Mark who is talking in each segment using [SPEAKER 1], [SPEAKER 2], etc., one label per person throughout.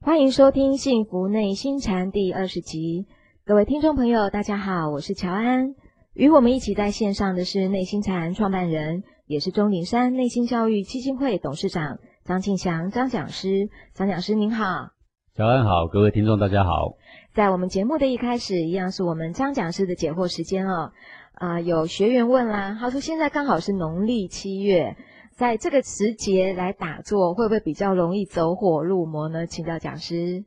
[SPEAKER 1] 欢迎收听《幸福内心禅》第二十集。各位听众朋友，大家好，我是乔安。与我们一起在线上的是内心禅创办人，也是钟灵山内心教育基金会董事长张庆祥张讲师。张讲师您好，
[SPEAKER 2] 乔安好，各位听众大家好。
[SPEAKER 1] 在我们节目的一开始，一样是我们张讲师的解惑时间哦。啊、有学员问啦，他说现在刚好是农历七月，在这个时节来打坐，会不会比较容易走火入魔呢？请教讲师。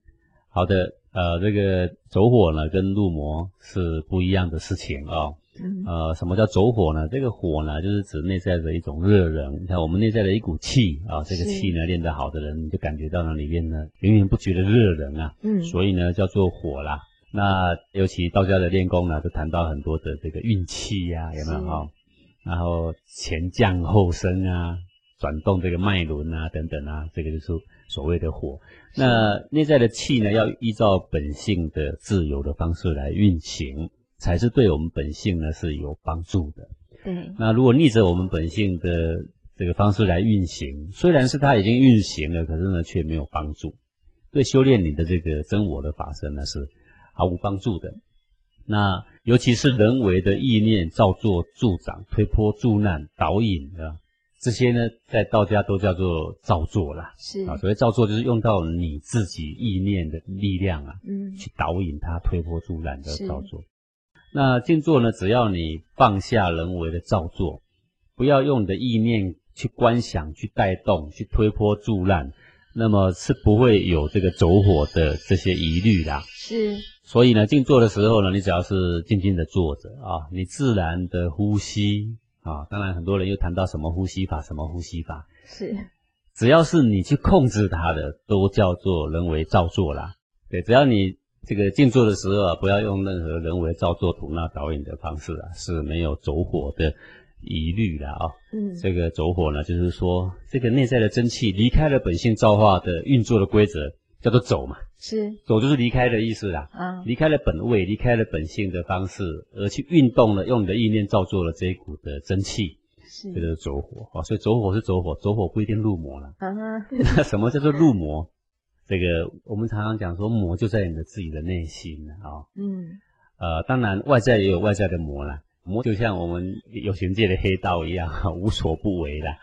[SPEAKER 2] 好的，呃，这个走火呢跟入魔是不一样的事情哦。
[SPEAKER 1] 嗯
[SPEAKER 2] 呃，什么叫走火呢？这个火呢，就是指内在的一种热能，你看我们内在的一股气啊，这个
[SPEAKER 1] 是
[SPEAKER 2] 气呢练得好的人，你就感觉到那里面呢源源不绝的热能啊，
[SPEAKER 1] 嗯，
[SPEAKER 2] 所以呢叫做火啦。那尤其道家的练功呢，就谈到很多的这个运气呀、有没有
[SPEAKER 1] 是
[SPEAKER 2] 哈、然后前降后升啊，转动这个脉轮啊，等等啊，这个就是所谓的火。那内在的气呢，要依照本性的自由的方式来运行，才是对我们本性呢是有帮助的。
[SPEAKER 1] 对，
[SPEAKER 2] 那如果逆着我们本性的这个方式来运行，虽然是它已经运行了，可是呢却没有帮助，对修炼你的这个真我的法身呢是毫无帮助的。那尤其是人为的意念造作助长、推波助难、导引啊，这些呢在道家都叫做造作啦。
[SPEAKER 1] 是，
[SPEAKER 2] 啊，所谓造作就是用到你自己意念的力量啊，
[SPEAKER 1] 嗯，
[SPEAKER 2] 去导引它推波助澜的
[SPEAKER 1] 是
[SPEAKER 2] 造作。那静坐呢，只要你放下人为的造作，不要用你的意念去观想、去带动、去推波助澜，那么是不会有这个走火的这些疑虑啦。
[SPEAKER 1] 是，
[SPEAKER 2] 所以呢，静坐的时候呢，你只要是静静的坐着啊，你自然的呼吸啊。当然，很多人又谈到什么呼吸法，什么呼吸法，
[SPEAKER 1] 是，
[SPEAKER 2] 只要是你去控制它的，都叫做人为造作啦。对，只要你这个静坐的时候啊，不要用任何人为造作、吐纳导引的方式啊，是没有走火的疑虑啦啊、
[SPEAKER 1] 嗯，
[SPEAKER 2] 这个走火呢，就是说这个内在的真气离开了本性造化的运作的规则，叫做走嘛，
[SPEAKER 1] 是，
[SPEAKER 2] 走就是离开的意思啦。
[SPEAKER 1] 啊，
[SPEAKER 2] 离开了本位，离开了本性的方式，而去运动了，用你的意念造作了这一股的真气，
[SPEAKER 1] 是
[SPEAKER 2] 这，就是走火啊、哦。所以走火是走火，走火不一定入魔啦。
[SPEAKER 1] 啊哈，
[SPEAKER 2] 那 什么叫做入魔？这个我们常常讲说，魔就在你的自己的内心啊、哦
[SPEAKER 1] 嗯，
[SPEAKER 2] 呃，当然外在也有外在的魔啦，魔就像我们有形界的黑道一样， 哈无所不为啦。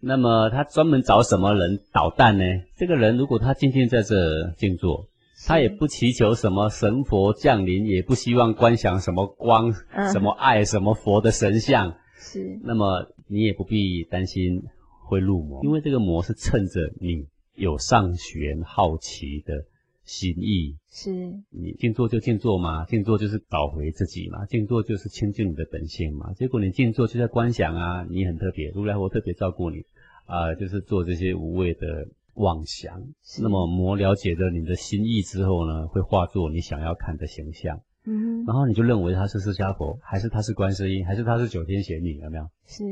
[SPEAKER 2] 那么他专门找什么人捣蛋呢？这个人如果他静静在这静坐，他也
[SPEAKER 1] 是
[SPEAKER 2] 不祈求什么神佛降临，也不希望观想什么光、
[SPEAKER 1] 嗯
[SPEAKER 2] 什么爱、什么佛的神像，
[SPEAKER 1] 是，
[SPEAKER 2] 那么你也不必担心会入魔，因为这个魔是趁着你有上玄好奇的心意，
[SPEAKER 1] 是，
[SPEAKER 2] 你静坐就静坐嘛，静坐就是找回自己嘛，静坐就是亲近你的本性嘛。结果你静坐就在观想啊，你很特别，如来佛特别照顾你，啊、就是做这些无谓的妄想。
[SPEAKER 1] 是
[SPEAKER 2] 那么魔了解了你的心意之后呢，会化作你想要看的形象，
[SPEAKER 1] 嗯哼，
[SPEAKER 2] 然后你就认为他是释迦佛，还是他是观世音，还是他是九天玄女，有没有？
[SPEAKER 1] 是，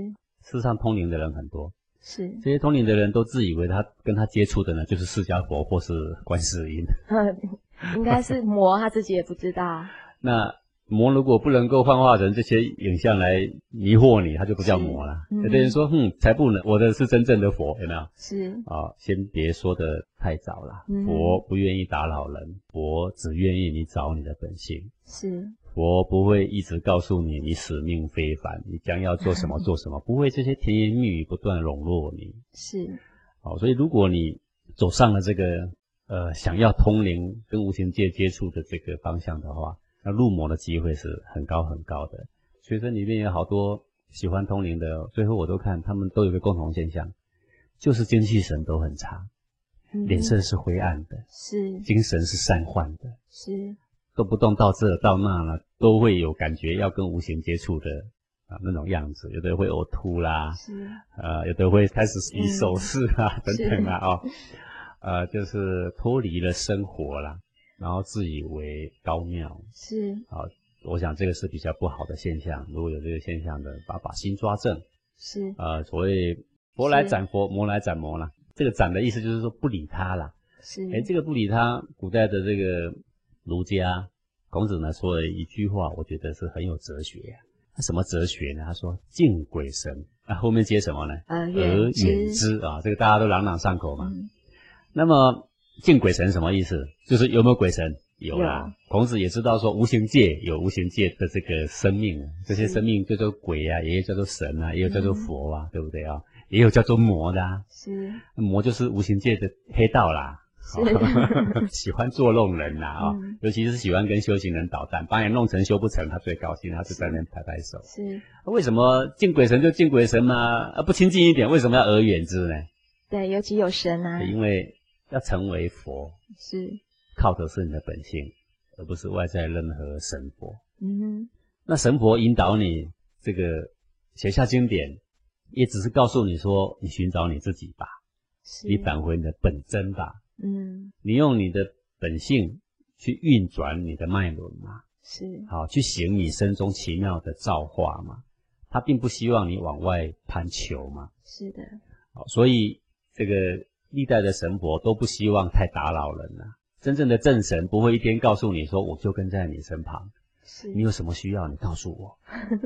[SPEAKER 2] 世上通灵的人很多，
[SPEAKER 1] 是，
[SPEAKER 2] 这些通灵的人都自以为他跟他接触的呢就是释迦佛或是观世音。
[SPEAKER 1] 嗯，应该是魔他自己也不知道，
[SPEAKER 2] 那魔如果不能够幻化成这些影像来迷惑你，他就不叫魔了。
[SPEAKER 1] 是嗯
[SPEAKER 2] 有的人说，哼，才不能，我的是真正的佛，有没有？
[SPEAKER 1] 是，
[SPEAKER 2] 啊、先别说的太早了
[SPEAKER 1] 嗯，
[SPEAKER 2] 佛不愿意打扰人，佛只愿意你找你的本性。
[SPEAKER 1] 是，
[SPEAKER 2] 佛不会一直告诉你你使命非凡，你将要 做什么做什么，不会这些甜言蜜语不断笼络你。
[SPEAKER 1] 是，
[SPEAKER 2] 好，所以如果你走上了这个呃想要通灵跟无形界接触的这个方向的话，那入魔的机会是很高很高的。学生里面有好多喜欢通灵的，最后我都看他们都有一个共同现象，就是精气神都很差，
[SPEAKER 1] 嗯
[SPEAKER 2] 脸
[SPEAKER 1] 哼
[SPEAKER 2] 色是灰暗的，
[SPEAKER 1] 是，
[SPEAKER 2] 精神是散涣的，
[SPEAKER 1] 是，
[SPEAKER 2] 动不动到这到那了，都会有感觉要跟无形接触的啊那种样子，有的会呕吐啦，
[SPEAKER 1] 是，
[SPEAKER 2] 呃，有的会开始比手势啊、
[SPEAKER 1] 嗯
[SPEAKER 2] 等等啊哦，呃，就是脱离了生活啦，然后自以为高妙。
[SPEAKER 1] 是，
[SPEAKER 2] 我想这个是比较不好的现象。如果有这个现象的，把把心抓正，
[SPEAKER 1] 是，
[SPEAKER 2] 呃，所谓佛来
[SPEAKER 1] 是
[SPEAKER 2] 斩佛，魔来斩魔啦。这个斩的意思就是说不理他啦。
[SPEAKER 1] 是，
[SPEAKER 2] 哎，这个不理他，古代的这个儒家孔子呢说了一句话，我觉得是很有哲学呀、他什么哲学呢？他说敬鬼神，那、后面接什么呢？
[SPEAKER 1] 呃，
[SPEAKER 2] 而
[SPEAKER 1] 远
[SPEAKER 2] 远
[SPEAKER 1] 之，
[SPEAKER 2] 之啊，这个大家都朗朗上口嘛。
[SPEAKER 1] 嗯，
[SPEAKER 2] 那么敬鬼神什么意思？就是有没有鬼神？有啦。
[SPEAKER 1] 有
[SPEAKER 2] 孔子也知道说，无形界有无形界的这个生命，啊这些
[SPEAKER 1] 是
[SPEAKER 2] 生命叫做鬼啊，也有叫做神
[SPEAKER 1] 嗯
[SPEAKER 2] 啊，也有叫做佛啊，对不对啊？也有叫做魔的、啊，
[SPEAKER 1] 是
[SPEAKER 2] 魔就是无形界的黑道啦。
[SPEAKER 1] 是
[SPEAKER 2] 喜欢作弄人呐啊、哦
[SPEAKER 1] 嗯
[SPEAKER 2] 尤其是喜欢跟修行人捣蛋，把你弄成修不成，他最高兴，他就在那边拍拍手。
[SPEAKER 1] 是，
[SPEAKER 2] 为什么敬鬼神就敬鬼神嘛？啊，不亲近一点，为什么要而远之呢？
[SPEAKER 1] 对，尤其有神啊，
[SPEAKER 2] 因为要成为佛，
[SPEAKER 1] 是，
[SPEAKER 2] 靠的是你的本性，而不是外在任何神佛。
[SPEAKER 1] 嗯哼，
[SPEAKER 2] 那神佛引导你这个写下经典，也只是告诉你说，你寻找你自己吧，
[SPEAKER 1] 是，
[SPEAKER 2] 你返回你的本真吧，
[SPEAKER 1] 嗯，
[SPEAKER 2] 你用你的本性去运转你的脉轮嘛，
[SPEAKER 1] 是，
[SPEAKER 2] 好去行你身中奇妙的造化嘛。他并不希望你往外攀求嘛，
[SPEAKER 1] 是的，
[SPEAKER 2] 好，所以这个历代的神佛都不希望太打扰人了、真正的正神不会一天告诉你说，我就跟在你身旁，
[SPEAKER 1] 是，
[SPEAKER 2] 你有什么需要，你告诉我。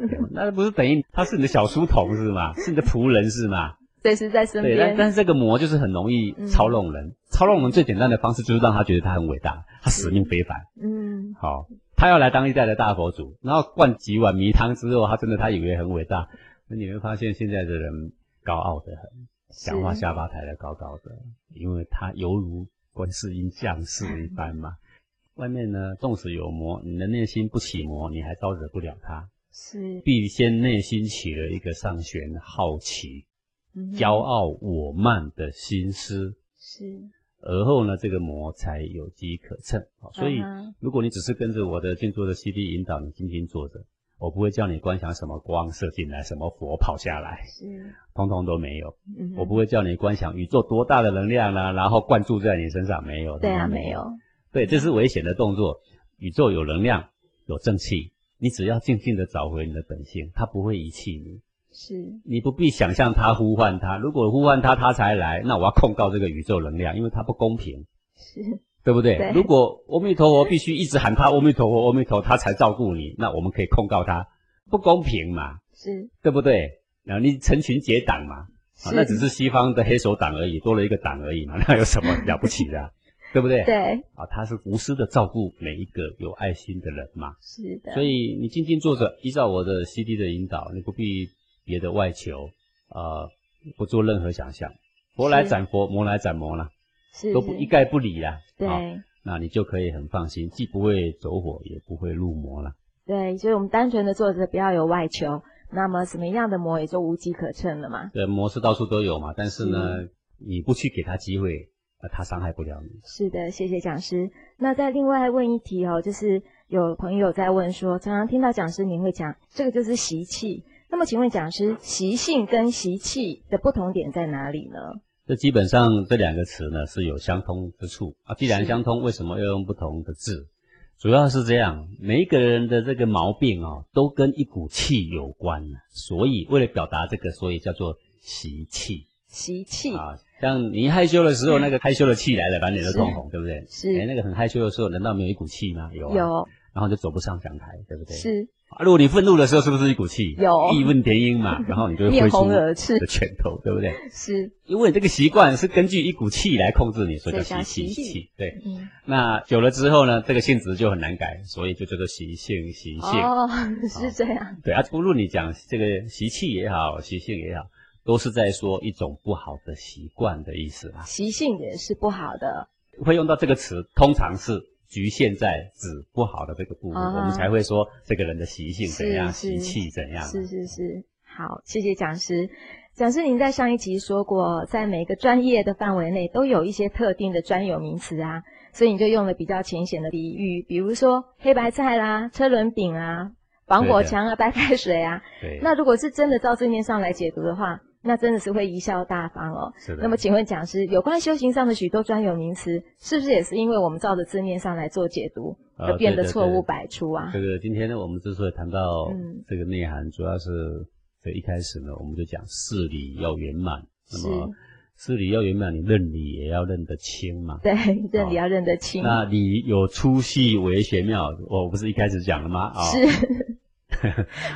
[SPEAKER 2] 对吗那不是等于他是你的小书童是吗？是你的仆人是吗？
[SPEAKER 1] 随时在身
[SPEAKER 2] 对，但
[SPEAKER 1] 边，
[SPEAKER 2] 但是这个魔就是很容易
[SPEAKER 1] 嗯
[SPEAKER 2] 操弄人。操弄人最简单的方式就是让他觉得他很伟大，他使命非凡。
[SPEAKER 1] 嗯，
[SPEAKER 2] 好，他要来当一代的大佛祖，然后灌几碗迷汤之后，他真的他以为很伟大。那你会发现现在的人高傲的很。讲话
[SPEAKER 1] 是
[SPEAKER 2] 下巴抬得高高的，因为他犹如观世音降世一般嘛。外面呢，纵使有魔，你的内心不起魔，你还招惹不了他。
[SPEAKER 1] 是，
[SPEAKER 2] 必先内心起了一个上旋好奇、
[SPEAKER 1] 嗯哼
[SPEAKER 2] 骄傲、我慢的心思，
[SPEAKER 1] 是，
[SPEAKER 2] 而后呢，这个魔才有机可乘。好所以
[SPEAKER 1] 嗯哼
[SPEAKER 2] 如果你只是跟着我的静坐的 CD 引导，你静静坐着，我不会叫你观想什么光射进来，什么佛跑下来，
[SPEAKER 1] 是，
[SPEAKER 2] 通通都没有。
[SPEAKER 1] 嗯哼
[SPEAKER 2] 我不，会叫你观想宇宙多大的能量啦、然后灌注在你身上没有？
[SPEAKER 1] 对啊，
[SPEAKER 2] 嗯
[SPEAKER 1] 没有，，
[SPEAKER 2] 对，这是危险的动作。宇宙有能量，有正气，你只要静静的找回你的本性，它不会遗弃你。
[SPEAKER 1] 是，
[SPEAKER 2] 你不必想象它呼唤它，如果呼唤它，它才来，那我要控告这个宇宙能量，因为它不公平，
[SPEAKER 1] 是，
[SPEAKER 2] 对不对？
[SPEAKER 1] 对
[SPEAKER 2] 如果阿弥陀佛必须一直喊他阿弥陀佛阿弥陀，他才照顾你，那我们可以控告他不公平嘛，
[SPEAKER 1] 是，
[SPEAKER 2] 对不对？然后你成群结党嘛，啊，那只是西方的黑手党而已，多了一个党而已嘛， 那有什么了不起的啊、对不对？
[SPEAKER 1] 对，
[SPEAKER 2] 啊，他是无私的照顾每一个有爱心的人嘛，
[SPEAKER 1] 是的，
[SPEAKER 2] 所以你静静坐着，依照我的 CD 的引导，你不必别的外求，呃，不做任何想象，佛来斩佛，魔来斩魔啦，
[SPEAKER 1] 是
[SPEAKER 2] 都不
[SPEAKER 1] 是
[SPEAKER 2] 一概不理啦，啊，
[SPEAKER 1] 对。
[SPEAKER 2] 那你就可以很放心，既不会走火，也不会入魔了。
[SPEAKER 1] 对，所以我们单纯的坐着，不要有外求，那么什么样的魔也就无机可乘了嘛。
[SPEAKER 2] 对，模式到处都有嘛，但是呢，你不去给他机会，那他伤害不了你。
[SPEAKER 1] 是的，谢谢讲师。那再另外问一题哦，就是有朋友在问说，常常听到讲师您会讲这个就是习气，那么请问讲师，习性跟习气的不同点在哪里呢？
[SPEAKER 2] 这基本上这两个词呢是有相通之处啊。既然
[SPEAKER 1] 是
[SPEAKER 2] 相通，为什么要用不同的字？主要是这样，每一个人的这个毛病哦，都跟一股气有关啊所以为了表达这个，所以叫做习气
[SPEAKER 1] 习气、
[SPEAKER 2] 啊。像你害羞的时候，那个害羞的气来了，把脸都通红，对不对？
[SPEAKER 1] 是
[SPEAKER 2] 哎，那个很害羞的时候，难道没有一股气吗？有、啊。。
[SPEAKER 1] 有
[SPEAKER 2] 然后就走不上讲台，对不对？。
[SPEAKER 1] 是
[SPEAKER 2] 啊，如果你愤怒的时候，是不是一股气？
[SPEAKER 1] 有
[SPEAKER 2] 义愤填膺嘛，然后你就会
[SPEAKER 1] 面
[SPEAKER 2] 挥出
[SPEAKER 1] 红
[SPEAKER 2] 你
[SPEAKER 1] 耳赤
[SPEAKER 2] 的，拳头，对不对？
[SPEAKER 1] 是
[SPEAKER 2] 因为你这个习惯是根据一股气来控制你，
[SPEAKER 1] 所
[SPEAKER 2] 所以
[SPEAKER 1] 以
[SPEAKER 2] 叫
[SPEAKER 1] 叫
[SPEAKER 2] 习
[SPEAKER 1] 习
[SPEAKER 2] 气。
[SPEAKER 1] 气
[SPEAKER 2] 对，
[SPEAKER 1] 嗯
[SPEAKER 2] 那久了之后呢，这个性质就很难改，所以就叫做习性。习性，
[SPEAKER 1] 哦 是这样
[SPEAKER 2] 对啊，不论你讲这个习气也好，习性也好，都是在说一种不好的习惯的意思啦。
[SPEAKER 1] 习性也是不好的
[SPEAKER 2] 会用到这个词，通常是局限在指不好的这个部分，
[SPEAKER 1] 啊
[SPEAKER 2] 我们才会说这个人的习性怎样，
[SPEAKER 1] 是
[SPEAKER 2] 习
[SPEAKER 1] 是
[SPEAKER 2] 气怎样。
[SPEAKER 1] 是是是，好，谢谢讲师。讲师，您在上一集说过，在每个专业的范围内都有一些特定的专有名词啊，所以你就用了比较浅显的比喻，比如说黑白菜啦、车轮饼啊、防火墙啊、白开水啊。
[SPEAKER 2] 对，
[SPEAKER 1] 那如果是真的照字面上来解读的话，那真的是会贻笑大方哦。
[SPEAKER 2] 是的。
[SPEAKER 1] 那么，请问讲师，有关修行上的许多专有名词，是不是也是因为我们照着字面上来做解读，
[SPEAKER 2] 呃
[SPEAKER 1] 而变
[SPEAKER 2] 对
[SPEAKER 1] 得
[SPEAKER 2] 对
[SPEAKER 1] 错
[SPEAKER 2] 对
[SPEAKER 1] 误百出啊？
[SPEAKER 2] 这个今天呢，我们之所以谈到
[SPEAKER 1] 嗯
[SPEAKER 2] 这个内涵，主要是这一开始呢，我们就讲事理要圆满。那么事理要圆满，你认理也要认得清嘛。
[SPEAKER 1] 对，认理要认得清。
[SPEAKER 2] 那理有出细为玄妙，我不是一开始讲了吗？啊、
[SPEAKER 1] 是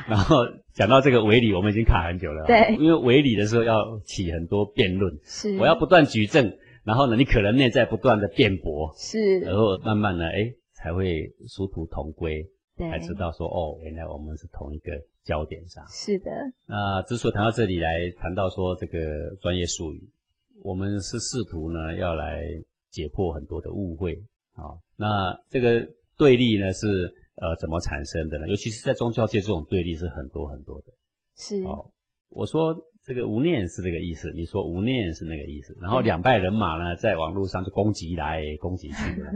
[SPEAKER 2] 然后讲到这个为理，我们已经卡很久了。啊
[SPEAKER 1] 对
[SPEAKER 2] 因为为理的时候要起很多辩论，
[SPEAKER 1] 是，
[SPEAKER 2] 我要不断举证，然后呢，你可能内在不断的辩驳，然
[SPEAKER 1] 是，
[SPEAKER 2] 后慢慢呢，哎，才会殊途同归，
[SPEAKER 1] 对，
[SPEAKER 2] 才知道说哦，原来我们是同一个焦点上。
[SPEAKER 1] 是的，
[SPEAKER 2] 那之所以谈到这里来谈到说这个专业术语，我们是试图呢要来解破很多的误会啊、那这个对立呢是呃怎么产生的呢？尤其是在宗教界，这种对立是很多很多的。
[SPEAKER 1] 是，
[SPEAKER 2] 哦，我说这个无念是这个意思，你说无念是那个意思，然后
[SPEAKER 1] 嗯
[SPEAKER 2] 两派人马呢，在网络上就攻击来攻击 去的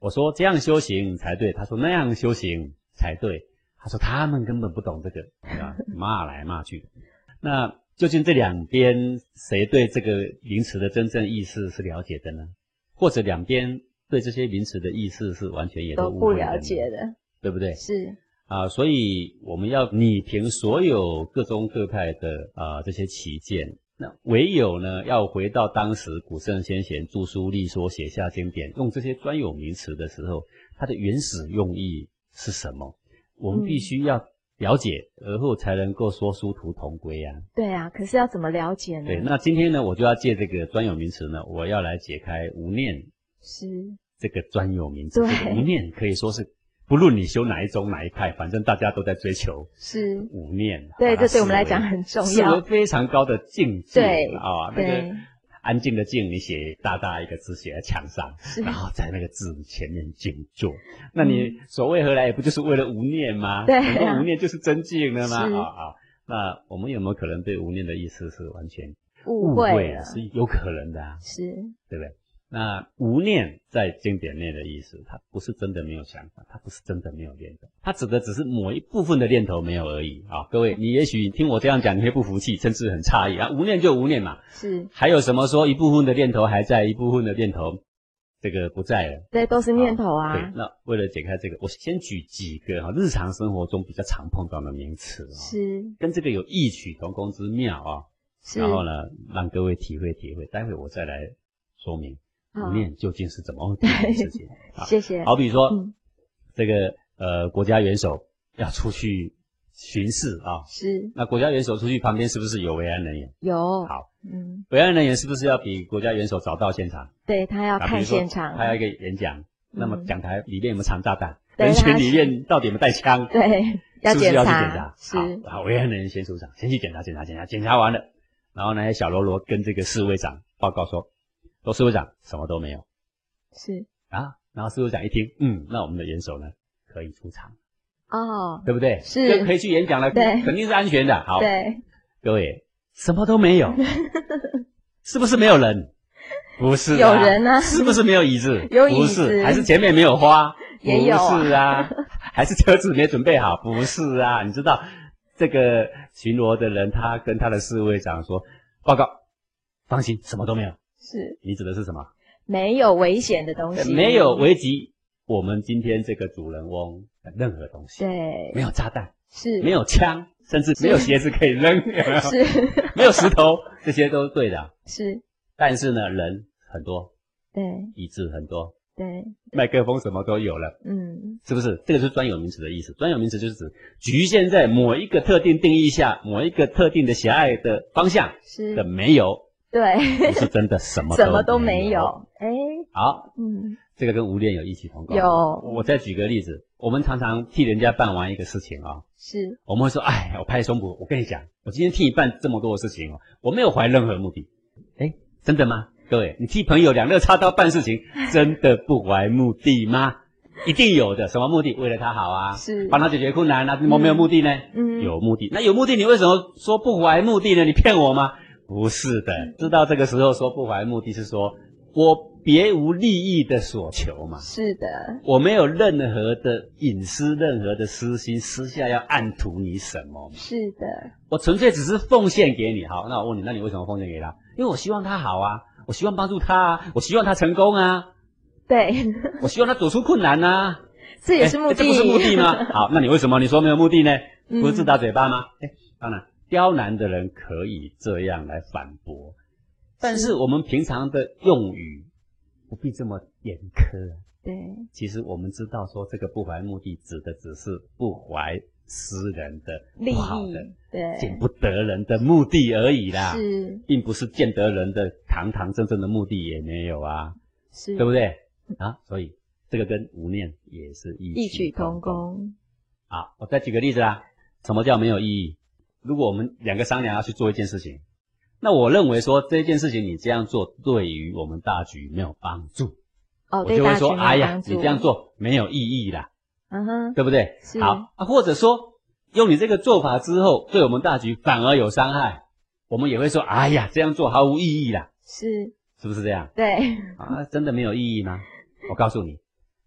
[SPEAKER 2] 我说这样修行才对，他说那样修行才对，他说他们根本不懂这个， 啊，骂来骂去的。那究竟这两边谁对这个名词的真正意思是了解的呢？或者两边对这些名词的意思是完全也
[SPEAKER 1] 都
[SPEAKER 2] 误
[SPEAKER 1] 不
[SPEAKER 2] 会的
[SPEAKER 1] 了
[SPEAKER 2] 呢
[SPEAKER 1] 解，的，
[SPEAKER 2] 对不对？
[SPEAKER 1] 是，
[SPEAKER 2] 啊，所以我们要拟平所有各宗各派的啊这些旗舰，那唯有呢要回到当时古圣先贤著书立说写下经典，用这些专有名词的时候，它的原始用意是什么？我们必
[SPEAKER 1] 嗯
[SPEAKER 2] 须要了解，而后才能够说殊途同归啊。
[SPEAKER 1] 对啊，可是要怎么了解呢？
[SPEAKER 2] 对，那今天呢，我就要借这个专有名词呢，我要来解开无念
[SPEAKER 1] 是，
[SPEAKER 2] 这个专有名词。
[SPEAKER 1] 对
[SPEAKER 2] 这个无念可以说是不论你修哪一宗哪一派，反正大家都在追求。
[SPEAKER 1] 是，
[SPEAKER 2] 无念，
[SPEAKER 1] 对，
[SPEAKER 2] 把它
[SPEAKER 1] 这对我们
[SPEAKER 2] 视
[SPEAKER 1] 来
[SPEAKER 2] 为
[SPEAKER 1] 讲很重
[SPEAKER 2] 视为
[SPEAKER 1] 要，
[SPEAKER 2] 非常高的境界，
[SPEAKER 1] 对
[SPEAKER 2] 啊、那
[SPEAKER 1] 对
[SPEAKER 2] 个，安静的静，你写大大一个字写在墙上，
[SPEAKER 1] 是
[SPEAKER 2] 然后在那个字前面静坐，那你所谓何来，不就是为了无念吗？
[SPEAKER 1] 嗯对啊
[SPEAKER 2] 能够无念就是真静了吗？
[SPEAKER 1] 是
[SPEAKER 2] 啊啊、那我们有没有可能对无念的意思是完全
[SPEAKER 1] 误
[SPEAKER 2] 会啊
[SPEAKER 1] 会了，
[SPEAKER 2] 是有可能的啊，
[SPEAKER 1] 是，
[SPEAKER 2] 对不对？那无念在经典内的意思，它不是真的没有想法，它不是真的没有念头，它指的只是某一部分的念头没有而已啊、各位，你也许听我这样讲，你会不服气，甚至很诧异啊。无念就无念嘛，
[SPEAKER 1] 是，
[SPEAKER 2] 还有什么说一部分的念头还在，一部分的念头这个不在了？
[SPEAKER 1] 对，都是念头啊，
[SPEAKER 2] 对，那为了解开这个，我先举几个哈、日常生活中比较常碰到的名词啊、
[SPEAKER 1] 是，
[SPEAKER 2] 跟这个有异曲同工之妙啊、
[SPEAKER 1] 是，
[SPEAKER 2] 然后呢，让各位体会体会，待会我再来说明。
[SPEAKER 1] 好
[SPEAKER 2] 无念究竟是怎么回事情事情啊？
[SPEAKER 1] 谢谢，
[SPEAKER 2] 好比说，
[SPEAKER 1] 嗯
[SPEAKER 2] 这个呃，国家元首要出去巡视啊，
[SPEAKER 1] 是
[SPEAKER 2] 那国家元首出去旁边是不是有维安人员？
[SPEAKER 1] 有，
[SPEAKER 2] 好，
[SPEAKER 1] 嗯，
[SPEAKER 2] 维安人员是不是要比国家元首早到现场？
[SPEAKER 1] 对他要
[SPEAKER 2] 啊，比
[SPEAKER 1] 看
[SPEAKER 2] 如说
[SPEAKER 1] 现场，
[SPEAKER 2] 他要一个演讲，那么
[SPEAKER 1] 嗯
[SPEAKER 2] 讲台里面有没有藏炸弹？
[SPEAKER 1] 对
[SPEAKER 2] 人群
[SPEAKER 1] 他
[SPEAKER 2] 里
[SPEAKER 1] 是
[SPEAKER 2] 面到底有没有带枪？
[SPEAKER 1] 对，要
[SPEAKER 2] 是不是
[SPEAKER 1] 检
[SPEAKER 2] 要去检
[SPEAKER 1] 查
[SPEAKER 2] 查？，好，好，维安人员先出场，先去检查，检查，检查，检查完了，然后呢，小喽啰跟这个侍卫长报告说，说侍卫长什么都没有
[SPEAKER 1] 是是
[SPEAKER 2] 啊。然后侍卫长一听，嗯，那我们的元首呢可以出场，
[SPEAKER 1] 哦，
[SPEAKER 2] 对不对？
[SPEAKER 1] 是
[SPEAKER 2] 就可以去演讲了，
[SPEAKER 1] 对
[SPEAKER 2] 肯定是安全的。好，
[SPEAKER 1] 对，
[SPEAKER 2] 各位什么 都没有，是不是没有人？不是、
[SPEAKER 1] 有人啊
[SPEAKER 2] 是不是没有椅子？
[SPEAKER 1] 有椅子
[SPEAKER 2] 不是，还是前面没有花？
[SPEAKER 1] 也有啊
[SPEAKER 2] 不 是啊，还是车子没准备好？不是啊，你知道这个巡逻的人，他跟他的侍卫长说：“报告，放心，什么都没有。
[SPEAKER 1] 是”
[SPEAKER 2] 你指的是什么？
[SPEAKER 1] 没有危险的东
[SPEAKER 2] 呃
[SPEAKER 1] 西，啊
[SPEAKER 2] 没有危及我们今天这个主人翁的任何东西，
[SPEAKER 1] 对，
[SPEAKER 2] 没有炸弹，
[SPEAKER 1] 是
[SPEAKER 2] 没有枪，甚至没有鞋子可以 扔，有没有
[SPEAKER 1] 是
[SPEAKER 2] 没有石头，这些都是对的。
[SPEAKER 1] 是，
[SPEAKER 2] 但是呢，人很多，
[SPEAKER 1] 对
[SPEAKER 2] 椅子很多，
[SPEAKER 1] 对，
[SPEAKER 2] 麦克风什么都有了，
[SPEAKER 1] 嗯，
[SPEAKER 2] 是不是？这个是专有名词的意思。专有名词就是指局限在某一个特定定义下、某一个特定的狭隘的方向
[SPEAKER 1] 是
[SPEAKER 2] 的没有，
[SPEAKER 1] 对，
[SPEAKER 2] 不是真的什么
[SPEAKER 1] 嗯什么都
[SPEAKER 2] 没
[SPEAKER 1] 没有，哎，
[SPEAKER 2] 好，
[SPEAKER 1] 嗯，
[SPEAKER 2] 这个跟无恋有异曲同工。
[SPEAKER 1] 有
[SPEAKER 2] 我再举个例子，我们常常替人家办完一个事情啊、
[SPEAKER 1] 是
[SPEAKER 2] 我们会说，哎，我拍胸脯，我跟你讲，我今天替你办这么多的事情哦，我没有怀任何目的。哎，真的吗？各位，你替朋友两肋插刀办事情，真的不怀目的吗？一定有的，什么目的？为了他好啊，
[SPEAKER 1] 是
[SPEAKER 2] 帮他解决困难啊，怎么没有目的呢？
[SPEAKER 1] 嗯
[SPEAKER 2] 有目的，那有目的，你为什么说不怀目的呢？你骗我吗？不是的，知道这个时候说不怀目的是说我别无利益的所求嘛。
[SPEAKER 1] 是的，
[SPEAKER 2] 我没有任何的隐私，任何的私心，私下要暗图你什么？
[SPEAKER 1] 是的，
[SPEAKER 2] 我纯粹只是奉献给你。好，那我问你，那你为什么奉献给他？因为我希望他好啊，我希望帮助他啊，我希望他成功啊，
[SPEAKER 1] 对，
[SPEAKER 2] 我希望他走出困难啊。
[SPEAKER 1] 这也是
[SPEAKER 2] 哎
[SPEAKER 1] 目的，
[SPEAKER 2] 这不是目的？ 吗？好，那你为什么你说没有目的呢？
[SPEAKER 1] 嗯
[SPEAKER 2] 不是自打嘴巴吗？哎、当然，刁难的人可以这样来反驳，但是我们平常的用语不必这么严苛啊。
[SPEAKER 1] 对，
[SPEAKER 2] 其实我们知道说这个不怀目的指的只是不怀私人的
[SPEAKER 1] 利
[SPEAKER 2] 不好的
[SPEAKER 1] 益，对，
[SPEAKER 2] 见不得人的目的而已啦，
[SPEAKER 1] 是
[SPEAKER 2] 并不是见得人的堂堂正正的目的也没有啊，
[SPEAKER 1] 是，
[SPEAKER 2] 对不对？啊，所以这个跟无念也是异
[SPEAKER 1] 异曲同
[SPEAKER 2] 工。
[SPEAKER 1] 工，
[SPEAKER 2] 啊，我再举个例子啦，什么叫没有意义？如果我们两个商量要去做一件事情，那我认为说这件事情你这样做对于我们大局没有帮助，
[SPEAKER 1] 哦，
[SPEAKER 2] 我
[SPEAKER 1] 对
[SPEAKER 2] 就
[SPEAKER 1] 大
[SPEAKER 2] 会
[SPEAKER 1] 学
[SPEAKER 2] 说，
[SPEAKER 1] 没有
[SPEAKER 2] 哎呀，
[SPEAKER 1] 帮
[SPEAKER 2] 你
[SPEAKER 1] 助
[SPEAKER 2] 这样，做没有意义啦，
[SPEAKER 1] 嗯哼，
[SPEAKER 2] 对不对？
[SPEAKER 1] 是
[SPEAKER 2] 好、啊，或者说用你这个做法之后，对我们大局反而有伤害，我们也会说，哎呀，这样做毫无意义啦，
[SPEAKER 1] 是，
[SPEAKER 2] 是不是这样？
[SPEAKER 1] 对，
[SPEAKER 2] 啊，真的没有意义吗？我告诉你，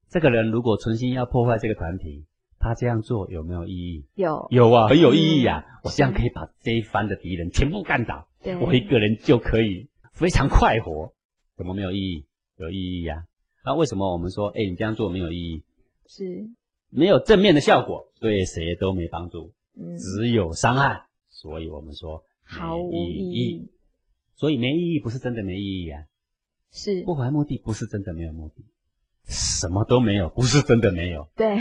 [SPEAKER 2] 这个人如果存心要破坏这个团体，他这样做有没有意义？
[SPEAKER 1] 有，
[SPEAKER 2] 有啊，很有意义啊！我这样
[SPEAKER 1] 是
[SPEAKER 2] 可以把这一番的敌人全部干倒，
[SPEAKER 1] 对，
[SPEAKER 2] 我一个人就可以非常快活。怎么没有意义？有意义呀、那为什么我们说，哎，你这样做没有意义，
[SPEAKER 1] 是，
[SPEAKER 2] 没有正面的效果，对谁都没帮助，
[SPEAKER 1] 嗯，
[SPEAKER 2] 只有伤害。所以我们说
[SPEAKER 1] 毫无
[SPEAKER 2] 没
[SPEAKER 1] 意
[SPEAKER 2] 义。
[SPEAKER 1] 义，
[SPEAKER 2] 所以没意义不是真的没意义啊，
[SPEAKER 1] 是
[SPEAKER 2] 不怀目的不是真的没有目的，什么都没有不是真的没有。
[SPEAKER 1] 对，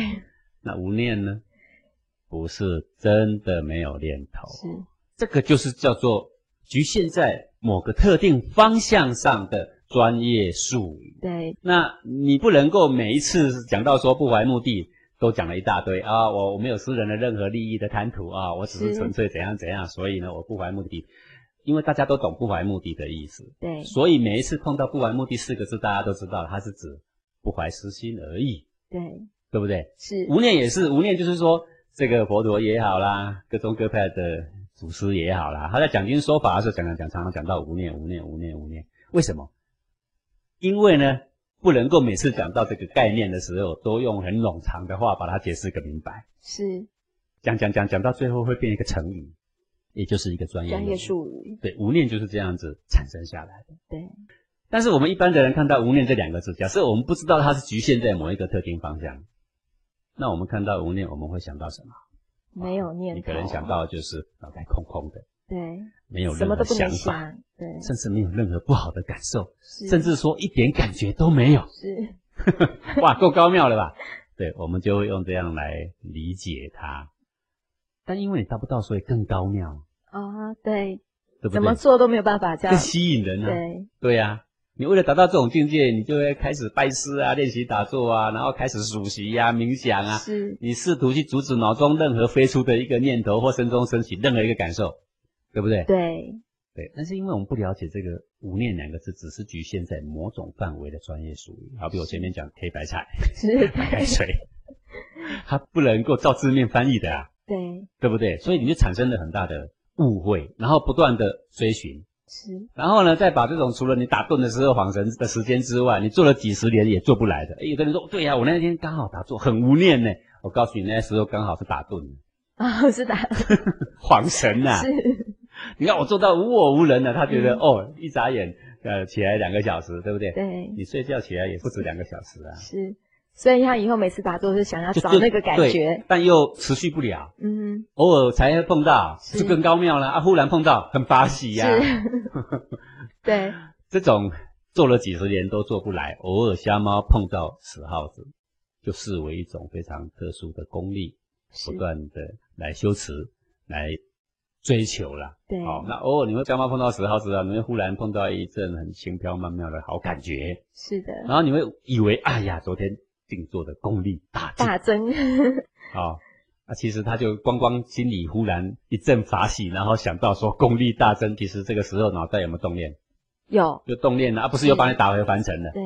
[SPEAKER 2] 那无念呢？不是真的没有念头。
[SPEAKER 1] 是
[SPEAKER 2] 这个就是叫做局限在某个特定方向上的专业术语。
[SPEAKER 1] 对，
[SPEAKER 2] 那你不能够每一次讲到说不怀目的，都讲了一大堆啊，我我没有私人的任何利益的贪图啊，我只是
[SPEAKER 1] 是
[SPEAKER 2] 纯粹怎样怎样，所以呢，我不怀目的。因为大家都懂不怀目的的意思，
[SPEAKER 1] 对，
[SPEAKER 2] 所以每一次碰到不怀目的四个字，大家都知道它是指不怀私心而已，
[SPEAKER 1] 对，
[SPEAKER 2] 对不对？
[SPEAKER 1] 是，
[SPEAKER 2] 无念也是，无念就是说，这个佛陀也好啦，各宗各派的祖师也好啦，他在讲经说法的时候，讲讲讲，常常讲到无念，无念，无念，无念。为什么？因为呢，不能够每次讲到这个概念的时候，都用很冗长的话把它解释个明白。
[SPEAKER 1] 是
[SPEAKER 2] 讲讲讲讲到最后会变一个成语，也就是一个专业
[SPEAKER 1] 专
[SPEAKER 2] 用
[SPEAKER 1] 业
[SPEAKER 2] 语。
[SPEAKER 1] 术语，
[SPEAKER 2] 对，无念就是这样子产生下来的。
[SPEAKER 1] 对，
[SPEAKER 2] 但是我们一般的人看到“无念”这两个字，假设我们不知道它是局限在某一个特定方向，那我们看到“无念”，我们会想到什么？
[SPEAKER 1] 没有念头，
[SPEAKER 2] 你可能想到的就是脑袋空空的，
[SPEAKER 1] 对，
[SPEAKER 2] 没有
[SPEAKER 1] 什
[SPEAKER 2] 任
[SPEAKER 1] 么
[SPEAKER 2] 何
[SPEAKER 1] 都不
[SPEAKER 2] 想
[SPEAKER 1] 能
[SPEAKER 2] 法，
[SPEAKER 1] 想，对，
[SPEAKER 2] 甚至没有任何不好的感受，
[SPEAKER 1] 是
[SPEAKER 2] 甚至说一点感觉都 没有。
[SPEAKER 1] 是
[SPEAKER 2] 哇，够高妙了吧？对，我们就会用这样来理解它。但因为你达不到，所以更高妙，
[SPEAKER 1] 啊，对，
[SPEAKER 2] 对不
[SPEAKER 1] 怎么
[SPEAKER 2] 对？
[SPEAKER 1] 做都没有办法这样
[SPEAKER 2] 更，吸引人啊！
[SPEAKER 1] 对，
[SPEAKER 2] 对呀、你为了达到这种境界，你就会开始拜师啊，练习打坐啊，然后开始数息呀、冥想啊。
[SPEAKER 1] 是
[SPEAKER 2] 你试图去阻止脑中任何飞出的一个念头或声中升起任何一个感受，对不对？
[SPEAKER 1] 对，
[SPEAKER 2] 对，但是因为我们不了解这个“无念”两个字，只是局限在某种范围的专业术语，好比我前面讲黑白菜、
[SPEAKER 1] 是，
[SPEAKER 2] 白开水，它不能够照字面翻译的啊，
[SPEAKER 1] 对，
[SPEAKER 2] 对不对？所以你就产生了很大的误会，然后不断的追寻，
[SPEAKER 1] 是，
[SPEAKER 2] 然后呢，再把这种除了你打盹的时候恍神的时间之外，你做了几十年也做不来的。哎诶有的人说，对呀、我那天刚好打坐，很无念呢。我告诉你，那时候刚好是打盹，
[SPEAKER 1] 啊，是的，
[SPEAKER 2] 恍神呐、
[SPEAKER 1] 是，
[SPEAKER 2] 你看我做到无我无人了，他觉得、
[SPEAKER 1] 嗯
[SPEAKER 2] 哦，一眨眼，呃，起来两个小时，对不对？
[SPEAKER 1] 对，
[SPEAKER 2] 你睡觉起来也不止两个小时啊，
[SPEAKER 1] 是，所以他以后每次打坐就想要啊找那个感
[SPEAKER 2] 对
[SPEAKER 1] 觉，
[SPEAKER 2] 但又持续不了，
[SPEAKER 1] 嗯，
[SPEAKER 2] 偶尔才会碰到，
[SPEAKER 1] 是
[SPEAKER 2] 就更高妙了啊！忽然碰到，很巴喜
[SPEAKER 1] 是
[SPEAKER 2] 呀、，
[SPEAKER 1] 对，
[SPEAKER 2] 这种做了几十年都做不来，偶尔瞎猫碰到死耗子，就视为一种非常特殊的功力，
[SPEAKER 1] 是
[SPEAKER 2] 不，断的来修持，来追求啦。
[SPEAKER 1] 对，
[SPEAKER 2] 好，那偶尔你会瞎猫碰到死耗子啊，你会忽然碰到一阵很轻飘曼妙的好感觉，
[SPEAKER 1] 是的，
[SPEAKER 2] 然后你会以为，哎呀，昨天静坐的功力大进
[SPEAKER 1] 大增，
[SPEAKER 2] 啊、那其实他就光光心里忽然一阵法喜，然后想到说功力大增，其实这个时候脑袋有没有动念？
[SPEAKER 1] 有，
[SPEAKER 2] 就动念了，啊，不是又把你打回凡尘了，
[SPEAKER 1] 对，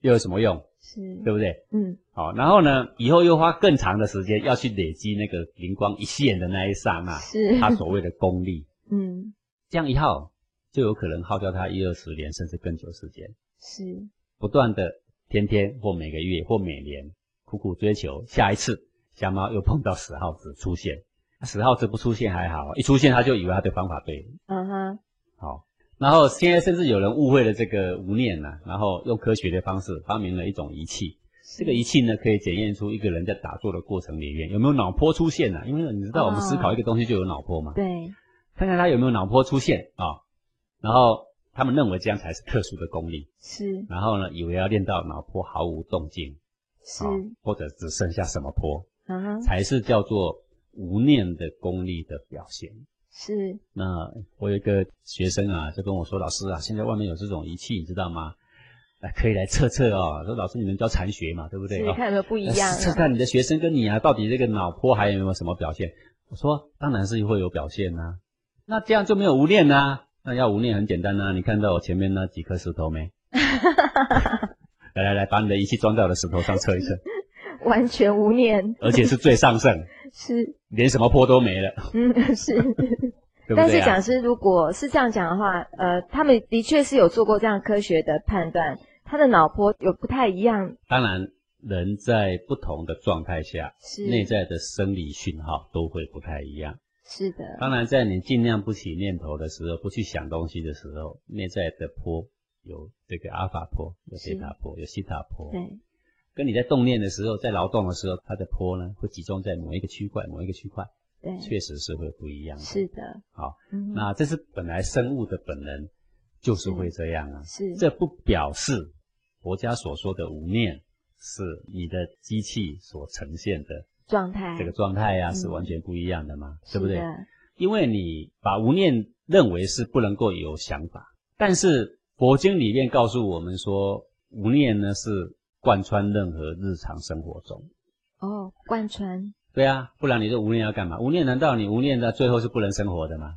[SPEAKER 2] 又有什么用？
[SPEAKER 1] 是，
[SPEAKER 2] 对不对？
[SPEAKER 1] 嗯，
[SPEAKER 2] 好，然后呢，以后又花更长的时间要去累积那个灵光一现的那一刹那，啊
[SPEAKER 1] 是，
[SPEAKER 2] 他所谓的功力，
[SPEAKER 1] 嗯，
[SPEAKER 2] 这样一耗就有可能耗掉他一二十年甚至更久时间，
[SPEAKER 1] 是，
[SPEAKER 2] 不断的天天或每个月或每年苦苦追求下一次，瞎猫又碰到死耗子出现，死耗子不出现还好，一出现他就以为他的方法对了。
[SPEAKER 1] 嗯哼，
[SPEAKER 2] 好，然后现在甚至有人误会了这个无念呐、然后用科学的方式发明了一种仪器。这个仪器呢，可以检验出一个人在打坐的过程里面有没有脑波出现啊？因为你知道我们思考一个东西就有脑波嘛，
[SPEAKER 1] 对，
[SPEAKER 2] 看看他有没有脑波出现啊、然后他们认为这样才是特殊的功力。
[SPEAKER 1] 是
[SPEAKER 2] 然后呢，以为要练到脑波毫无动静，
[SPEAKER 1] 是
[SPEAKER 2] 啊，
[SPEAKER 1] 嗯
[SPEAKER 2] 或者只剩下什么波，
[SPEAKER 1] 啊哈，
[SPEAKER 2] 才是叫做无念的功力的表现。
[SPEAKER 1] 是
[SPEAKER 2] 那我有一个学生啊，就跟我说：“老师啊，现在外面有这种仪器，你知道吗？哎，可以来测测哦。”说老师，你们教禅学嘛，对不对？
[SPEAKER 1] 是
[SPEAKER 2] 哦
[SPEAKER 1] 看有没有不一 样啊
[SPEAKER 2] 呃试试看你的学生跟你啊，到底这个脑波还有没有什么表现？我说当然是会有表现呐、那这样就没有无念呐、啊那要无念很简单呐、你看到我前面那几颗石 头没？来来来，把你的仪器装在我的石头上测一测，
[SPEAKER 1] 完全无念，
[SPEAKER 2] 而且是最上盛，
[SPEAKER 1] 是
[SPEAKER 2] 连什么波都没了，
[SPEAKER 1] 嗯 是。
[SPEAKER 2] 对不对、
[SPEAKER 1] 但
[SPEAKER 2] 啊？
[SPEAKER 1] 是讲师，如果是这样讲的话，呃，他们的确是有做过这样科学的判断，他的脑波有不太一样，
[SPEAKER 2] 当然，人在不同的状态下，
[SPEAKER 1] 是
[SPEAKER 2] 内在的生理讯号都会不太一样。
[SPEAKER 1] 是的，
[SPEAKER 2] 当然，在你尽量不起念头的时候，不去想东西的时候，内在的波有这个阿法波，有
[SPEAKER 1] 是
[SPEAKER 2] 贝塔波，有西塔波。
[SPEAKER 1] 对，
[SPEAKER 2] 跟你在动念的时候，在劳动的时候，它的波呢会集中在某一个区块，某一个区块，
[SPEAKER 1] 对，
[SPEAKER 2] 确实是会不一样的。
[SPEAKER 1] 是的，
[SPEAKER 2] 好，
[SPEAKER 1] 嗯，
[SPEAKER 2] 那这是本来生物的本能，就是会这样啊。
[SPEAKER 1] 是
[SPEAKER 2] 这不表示佛家所说的无念是你的机器所呈现的
[SPEAKER 1] 状态，
[SPEAKER 2] 这个状态呀、
[SPEAKER 1] 嗯
[SPEAKER 2] 是完全不一样的嘛，
[SPEAKER 1] 是
[SPEAKER 2] 对不对
[SPEAKER 1] 的？
[SPEAKER 2] 因为你把无念认为是不能够有想法，但是佛经里面告诉我们说，无念呢是贯穿任何日常生活中。
[SPEAKER 1] 哦，贯穿
[SPEAKER 2] 对啊，不然你这无念要干嘛？无念难道你无念到最后是不能生活的吗？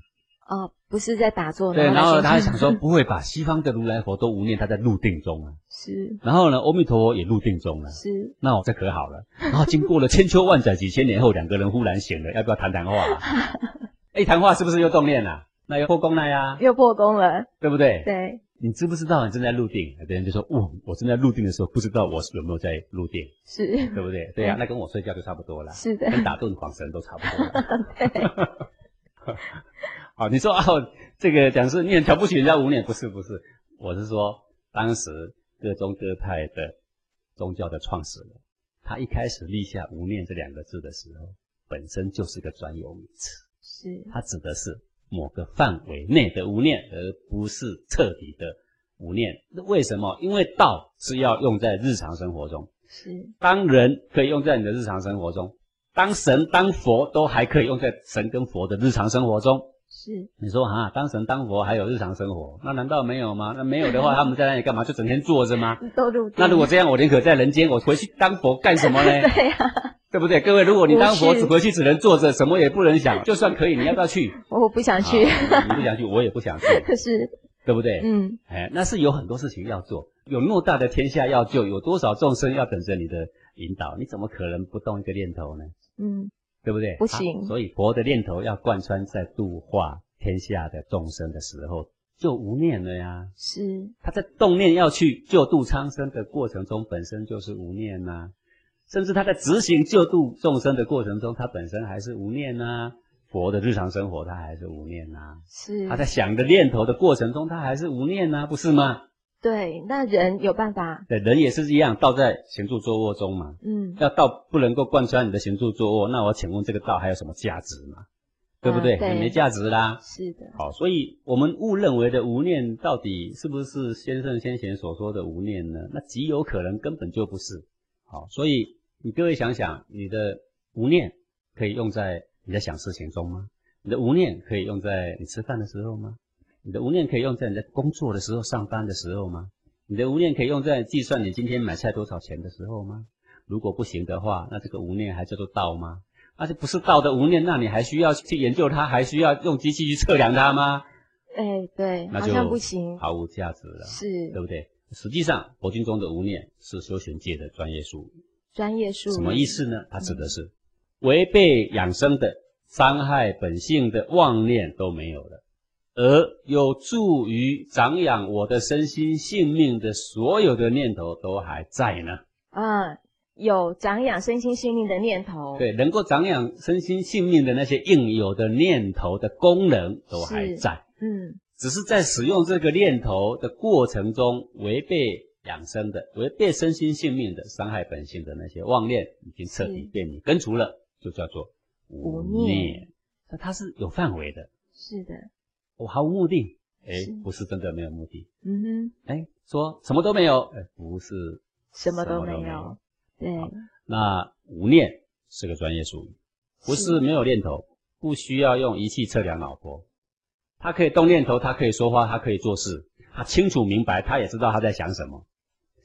[SPEAKER 1] 哦，不是在打坐，
[SPEAKER 2] 对，然后他还
[SPEAKER 1] 在
[SPEAKER 2] 想说，不会吧？西方的如来佛都无念，他在入定中啊。
[SPEAKER 1] 是
[SPEAKER 2] 然后呢，阿弥陀佛也入定中了。
[SPEAKER 1] 是
[SPEAKER 2] 那我这可好了。然后经过了千秋万载、几千年后，两个人忽然醒了，要不要谈谈话、啊？哎，谈话是不是又动念了、那又破功了呀，
[SPEAKER 1] 又破功了，
[SPEAKER 2] 对不对？
[SPEAKER 1] 对，
[SPEAKER 2] 你知不知道你正在入定？别人就说：“哦，我正在入定的时候，不知道我有没有在入定，
[SPEAKER 1] 是
[SPEAKER 2] 对不嗯对？”对呀、
[SPEAKER 1] 嗯
[SPEAKER 2] 那跟我睡觉就差不多了，
[SPEAKER 1] 是的，
[SPEAKER 2] 跟打盹、晃神都差不多了。 好，你说哦，这个讲是念瞧不起人家无念，不是不是，我是说当时各宗各派的宗教的创始人，他一开始立下“无念”这两个字的时候，本身就是个专有名词，
[SPEAKER 1] 是
[SPEAKER 2] 它指的是某个范围内的无念，而不是彻底的无念。为什么？因为道是要用在日常生活中，
[SPEAKER 1] 是
[SPEAKER 2] 当人可以用在你的日常生活中，当神当佛都还可以用在神跟佛的日常生活中。
[SPEAKER 1] 是
[SPEAKER 2] 你说啊，当神当佛还有日常生活，那难道没有吗？那没有 的话，他们在那里干嘛？就整天坐着吗？
[SPEAKER 1] 都入定，
[SPEAKER 2] 那如果这样，我宁可在人间，我回去当佛干什么 呢？
[SPEAKER 1] 对呀，
[SPEAKER 2] 对不对？各位，如果你当佛
[SPEAKER 1] 不是
[SPEAKER 2] 只回去只能坐着，什么也不能想，就算可以，你要不要去？
[SPEAKER 1] 我不想去，
[SPEAKER 2] 啊你不想去，我也不想去，
[SPEAKER 1] 是
[SPEAKER 2] 对不对？
[SPEAKER 1] 嗯
[SPEAKER 2] 哎，那是有很多事情要做，有偌大的天下要救，有多少众生要等着你的引导，你怎么可能不动一个念头呢？
[SPEAKER 1] 嗯
[SPEAKER 2] 对不对？
[SPEAKER 1] 不行
[SPEAKER 2] 啊所以佛的念头要贯穿在度化天下的众生的时候，就无念了呀。
[SPEAKER 1] 是
[SPEAKER 2] 他在动念要去救度苍生的过程中，本身就是无念呐、甚至他在执行救度众生的过程中，他本身还是无念呐、佛的日常生活，他还是无念呐、
[SPEAKER 1] 是
[SPEAKER 2] 他在想的念头的过程中，他还是无念呐、不是吗？
[SPEAKER 1] 对，那人有办法，
[SPEAKER 2] 对，人也是一样，道在行住坐卧中嘛。
[SPEAKER 1] 嗯，
[SPEAKER 2] 要道不能够贯穿你的行住坐卧，那我请问这个道还有什么价值吗？对不对？
[SPEAKER 1] 啊对
[SPEAKER 2] 也没价值啦。
[SPEAKER 1] 是的，
[SPEAKER 2] 好，所以我们误认为的无念，到底是不是先圣先贤所说的无念呢？那极有可能根本就不是。好，所以你各位想想，你的无念可以用在你在想事情中吗？你的无念可以用在你吃饭的时候吗？你的无念可以用在你在工作的时候、上班的时候吗？你的无念可以用在计算你今天买菜多少钱的时候吗？如果不行的话，那这个无念还叫做道吗？那就啊不是道的无念，那你还需要去研究它，还需要用机器去测量它吗？
[SPEAKER 1] 哎，对，
[SPEAKER 2] 那
[SPEAKER 1] 好
[SPEAKER 2] 就
[SPEAKER 1] 像不行，
[SPEAKER 2] 毫无价值了，
[SPEAKER 1] 是
[SPEAKER 2] 对不对？实际上，佛经中的无念是修行界的专业术语，
[SPEAKER 1] 专业术语，
[SPEAKER 2] 什么意思呢？它指的是违背养生的、伤害本性的妄念都没有了，而有助于长养我的身心性命的所有的念头都还在呢。
[SPEAKER 1] 嗯，有长养身心性命的念头，，
[SPEAKER 2] 对，能够长养身心性命的那些应有的念头的功能都还
[SPEAKER 1] 是
[SPEAKER 2] 在，
[SPEAKER 1] 嗯，
[SPEAKER 2] 只是在使用这个念头的过程中，违背养生的、违背身心性命的、伤害本性的那些妄念，已经彻底
[SPEAKER 1] 是
[SPEAKER 2] 被你根除了，就叫做无
[SPEAKER 1] 无念
[SPEAKER 2] 念。那它是有范围的，
[SPEAKER 1] 是的，
[SPEAKER 2] 我毫无目的，哎
[SPEAKER 1] 是，
[SPEAKER 2] 不是真的没有目的。
[SPEAKER 1] 嗯哼，
[SPEAKER 2] 哎，说什么都没有，哎，不是
[SPEAKER 1] 什么都
[SPEAKER 2] 什
[SPEAKER 1] 没有。。对，
[SPEAKER 2] 那无念是个专业术语，不
[SPEAKER 1] 是
[SPEAKER 2] 是没有念头，不需要用仪器测量脑波，他可以动念头，他可以说话，他可以做事，他清楚明白，他也知道他在想什么，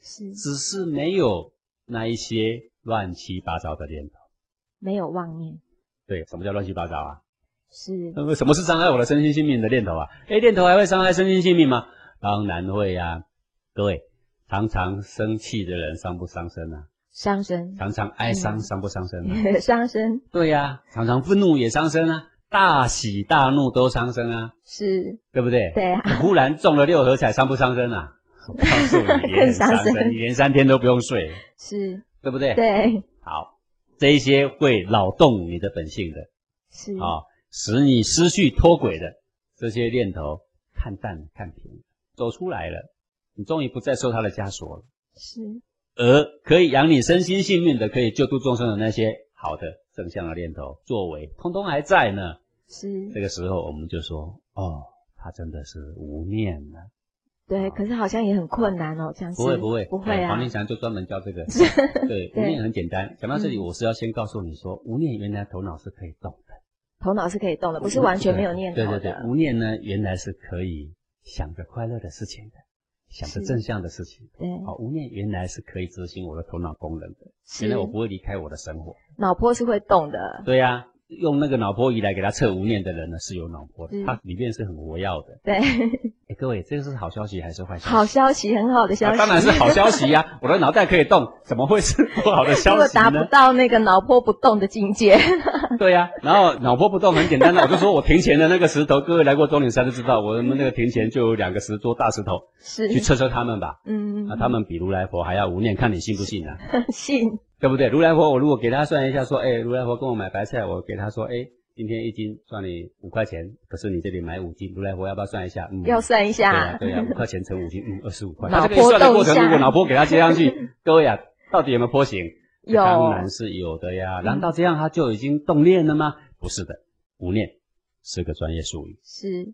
[SPEAKER 1] 是
[SPEAKER 2] 只是没有那一些乱七八糟的念头。
[SPEAKER 1] 没有妄念，
[SPEAKER 2] 对，什么叫乱七八糟啊？
[SPEAKER 1] 是
[SPEAKER 2] 那么什么是伤害我的身心性命的念头啊？哎，念头还会伤害身心性命吗？当然会呀、各位，常常生气的人伤不伤身啊？
[SPEAKER 1] 伤身，
[SPEAKER 2] 常常哀伤
[SPEAKER 1] 嗯
[SPEAKER 2] 伤不伤身啊？
[SPEAKER 1] 伤身
[SPEAKER 2] 对呀、常常愤怒也伤身啊，大喜大怒都伤身啊，
[SPEAKER 1] 是，
[SPEAKER 2] 对不对？
[SPEAKER 1] 对啊，
[SPEAKER 2] 忽然中了六合彩，伤不伤身啊？我告诉你，也很 伤
[SPEAKER 1] 很伤身
[SPEAKER 2] 身，你连三天都不用睡，
[SPEAKER 1] 是，
[SPEAKER 2] 对不对？。
[SPEAKER 1] 对，
[SPEAKER 2] 好，这一些会扰动你的本性的
[SPEAKER 1] 是
[SPEAKER 2] 啊、使你失去脱轨的这些念头，看淡看平，走出来了，你终于不再受它的枷锁了。
[SPEAKER 1] 是，
[SPEAKER 2] 而可以养你身心性命的，可以救度众生的那些好的正向的念头、作为，通通还在呢。这
[SPEAKER 1] 是，
[SPEAKER 2] 个时候我们就说，哦，他真的是无念了、
[SPEAKER 1] 对，可是好像也很困难哦，这样
[SPEAKER 2] 不
[SPEAKER 1] 是
[SPEAKER 2] 会不会，
[SPEAKER 1] 不会
[SPEAKER 2] 呃
[SPEAKER 1] 啊
[SPEAKER 2] 黄，立强就专门 教这个。对，无
[SPEAKER 1] 对
[SPEAKER 2] 念很简单。讲到这里，
[SPEAKER 1] 嗯
[SPEAKER 2] 我是要先告诉你说，无念原来头脑是可以动的，
[SPEAKER 1] 头脑是可以动的，不是完全没有念头
[SPEAKER 2] 对对
[SPEAKER 1] 的，
[SPEAKER 2] 对，无念呢原来是可以想着快乐的事情的，想着
[SPEAKER 1] 是
[SPEAKER 2] 正向的事情。
[SPEAKER 1] 对
[SPEAKER 2] 好，无念原来是可以执行我的头脑功能的，
[SPEAKER 1] 是
[SPEAKER 2] 原来我不会离开我的生活。
[SPEAKER 1] 脑波是会动的，
[SPEAKER 2] 对呀、用那个脑波仪来给他测无念的人呢是有脑波的，
[SPEAKER 1] 嗯
[SPEAKER 2] 他里面是很活跃的。
[SPEAKER 1] 对，
[SPEAKER 2] 哎，各位，这个是好消息还是坏消息？
[SPEAKER 1] 好消息，很好的消
[SPEAKER 2] 啊
[SPEAKER 1] 息，
[SPEAKER 2] 当然是好消息呀、我的脑袋可以动，怎么会是不好的
[SPEAKER 1] 如
[SPEAKER 2] 消
[SPEAKER 1] 果
[SPEAKER 2] 息
[SPEAKER 1] 达不
[SPEAKER 2] 呢？
[SPEAKER 1] 到那个脑波不动的境界，
[SPEAKER 2] 对呀、然后脑波不动很简单啊的，我就说我庭前的那个石头，各位来过钟岭山就知道，我们那个庭前就有两个石桌大石头，
[SPEAKER 1] 是，
[SPEAKER 2] 去测测他们吧。
[SPEAKER 1] 嗯，
[SPEAKER 2] 那、他们比如来佛还要无念，看你信不信啊，
[SPEAKER 1] 信
[SPEAKER 2] 对不对？如来佛，我如果给他算一下，说，哎，如来佛跟我买白菜，我给他说，哎，今天一斤算你五块钱，可是你这里买五斤，如来佛要不要算一下？嗯，
[SPEAKER 1] 要算一
[SPEAKER 2] 对呀、
[SPEAKER 1] 下，
[SPEAKER 2] 对呀、五块钱乘五斤，嗯，二十五块。
[SPEAKER 1] 脑
[SPEAKER 2] 那
[SPEAKER 1] 波
[SPEAKER 2] 这个算的过
[SPEAKER 1] 动
[SPEAKER 2] 程，
[SPEAKER 1] 一下
[SPEAKER 2] 如果脑波给它接上去， 各位啊，到底有没有波形？
[SPEAKER 1] 有
[SPEAKER 2] 当然是有的呀。
[SPEAKER 1] 嗯
[SPEAKER 2] 难道这样它就已经动念了吗？不是的，无念是个专业术语，
[SPEAKER 1] 是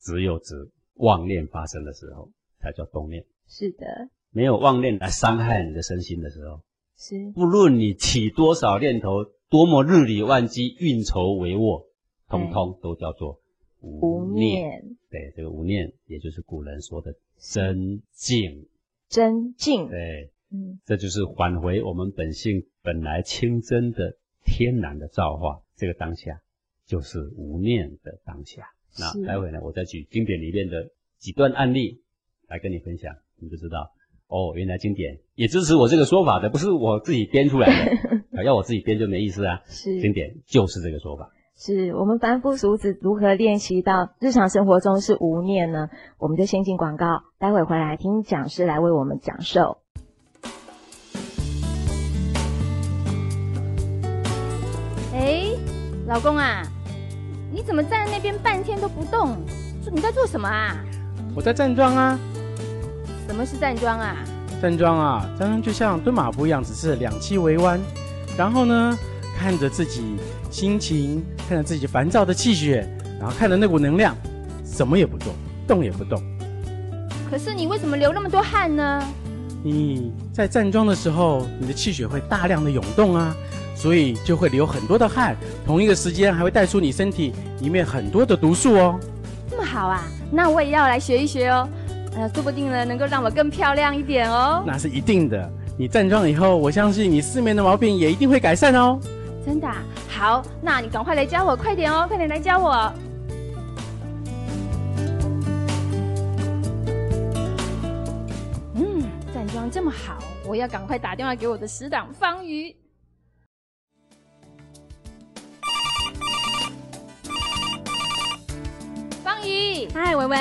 [SPEAKER 2] 只有指妄念发生的时候才叫动念。
[SPEAKER 1] 是的，
[SPEAKER 2] 没有妄念来伤害你的身心的时候，
[SPEAKER 1] 是
[SPEAKER 2] 不论你起多少念头，多么日理万机、运筹帷幄，通通都叫做
[SPEAKER 1] 无念
[SPEAKER 2] 对，这个无念，也就是古人说的真静。
[SPEAKER 1] 真静，
[SPEAKER 2] 对，
[SPEAKER 1] 嗯，
[SPEAKER 2] 这就是返回我们本性本来清真的天然的造化。这个当下就是无念的当下。那
[SPEAKER 1] 是
[SPEAKER 2] 待会呢，我再举经典里面的几段案例来跟你分享，你就知道哦，原来经典也支持我这个说法的，不是我自己编出来的，啊要我自己编就没意思啊。
[SPEAKER 1] 是
[SPEAKER 2] 经典就是这个说法。
[SPEAKER 1] 是我们凡夫俗子如何练习到日常生活中是无念呢？我们就先进广告，待会回来听讲师来为我们讲授。
[SPEAKER 3] 哎，老公啊，你怎么站在那边半天都不动？说你在做什么啊？
[SPEAKER 4] 我在站桩啊，
[SPEAKER 3] 什么是站桩啊？
[SPEAKER 4] 站桩啊，站桩就像蹲马步一样，只是两膝围弯，然后呢，看着自己心情，看着自己烦躁的气血，然后看着那股能量，什么也不做，动也不动。
[SPEAKER 3] 可是你为什么流那么多汗呢？
[SPEAKER 4] 你在站桩的时候，你的气血会大量的涌动啊，所以就会流很多的汗，同一个时间还会带出你身体里面很多的毒素哦。
[SPEAKER 3] 这么好啊，那我也要来学一学哦。呃，说不定呢，能够让我更漂亮一点哦。
[SPEAKER 4] 那是一定的。你站桩以后，我相信你失眠的毛病也一定会改善哦。
[SPEAKER 3] 真的啊、好，那你赶快来教我，快点哦，快点来教我。嗯，站桩这么好，我要赶快打电话给我的师长方瑜。方瑜，
[SPEAKER 5] 嗨，维维，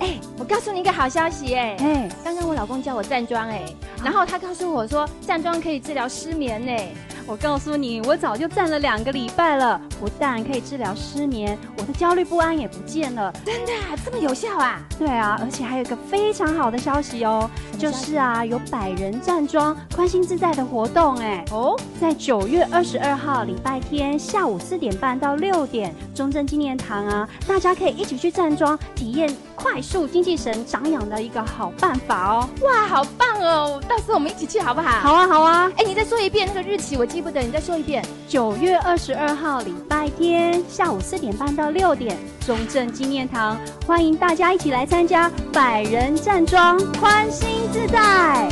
[SPEAKER 3] 哎，我告诉你一个好消息，哎，
[SPEAKER 5] 哎，
[SPEAKER 3] 刚刚我老公教我站桩，哎，然后他告诉我说站桩可以治疗失眠，哎，
[SPEAKER 5] 我告诉你，我早就站了两个礼拜了，不但可以治疗失眠，我的焦虑不安也不见了。
[SPEAKER 3] 真的啊，这么有效啊？
[SPEAKER 5] 对啊，而且还有一个非常好的消息哦，就是啊，有百人站桩宽心自在的活动哎，
[SPEAKER 3] 哦，
[SPEAKER 5] 在九月二十二号礼拜天下午四点半到六点，中正纪念堂啊，大家可以一起去站桩，体验快速精气神长养的一个好办法哦。
[SPEAKER 3] 哇，好棒哦！到时候我们一起去好不好？。
[SPEAKER 5] 好啊，好啊，
[SPEAKER 3] 哎，你再说一遍那个日期，我记不得，你再说一遍。
[SPEAKER 5] 九月二十二号礼拜天下午四点半到六点，中正纪念堂，欢迎大家一起来参加百人站桩，宽心自在。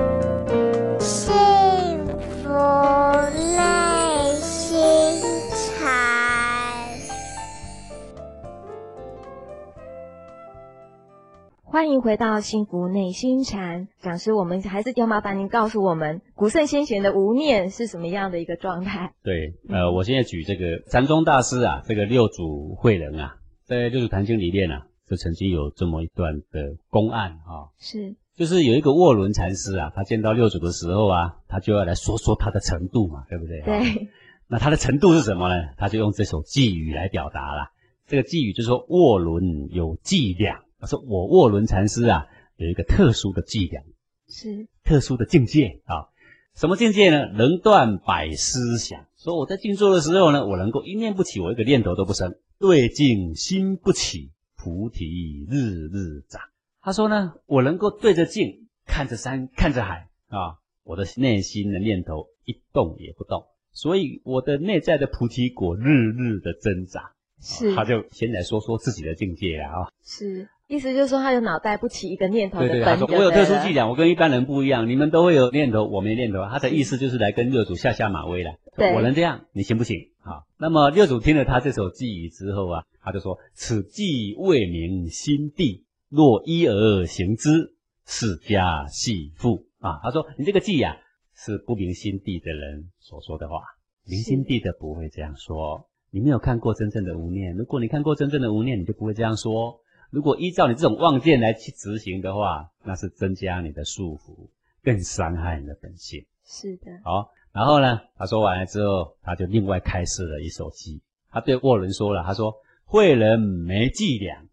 [SPEAKER 6] 幸福内心禅。
[SPEAKER 1] 欢迎回到幸福内心禅，讲师，我们还是要麻烦您告诉我们古圣先贤的无念是什么样的一个状态？
[SPEAKER 2] 对，呃，我现在举这个禅宗大师啊，这个六祖慧能啊，在六祖坛经里面啊，就曾经有这么一段的公案啊、
[SPEAKER 1] 是
[SPEAKER 2] 就是有一个卧轮禅师啊，他见到六祖的时候啊，他就要来说说他的程度嘛，对不对？
[SPEAKER 1] 对，
[SPEAKER 2] 那他的程度是什么呢？他就用这首寄语来表达了。这个寄语就说卧轮有伎俩，他说我卧轮禅师啊有一个特殊的伎俩，
[SPEAKER 1] 是
[SPEAKER 2] 特殊的境界啊。什么境界呢？能断百思想。说我在静坐的时候呢，我能够一念不起，我一个念头都不生，对镜心不起，菩提日日长。他说呢，我能够对着镜看着山，看着海啊，我的内心的念头一动也不动，所以我的内在的菩提果日日的挣扎。
[SPEAKER 1] 是
[SPEAKER 2] 他就先来说说自己的境界啊。啊
[SPEAKER 1] 是，意思就是说他有脑袋不起一个念头的
[SPEAKER 2] 对对，
[SPEAKER 1] 本，
[SPEAKER 2] 他说我有
[SPEAKER 1] 就对
[SPEAKER 2] 特殊
[SPEAKER 1] 了
[SPEAKER 2] 伎俩，我跟一般人不一样，你们都会有念头，我没念头。他的意思就是来跟六祖下下马威了，
[SPEAKER 1] 对
[SPEAKER 2] 我能这样，你行不行？啊，那么六祖听了他这首寄语之后啊，他就说：此寄未明心地，若依而行之，是家系父啊。他说你这个寄呀、是不明心地的人所说的话，明心地的不会这样说。你没有看过真正的无念，如果你看过真正的无念，你就不会这样说。如果依照你这种妄见来去执行的话，那是增加你的束缚，更伤害你的本性。
[SPEAKER 1] 是的，
[SPEAKER 2] 好，然后呢，他说完了之后，他就另外开示了一首偈。他对沃伦说了，他说：“惠人没伎俩。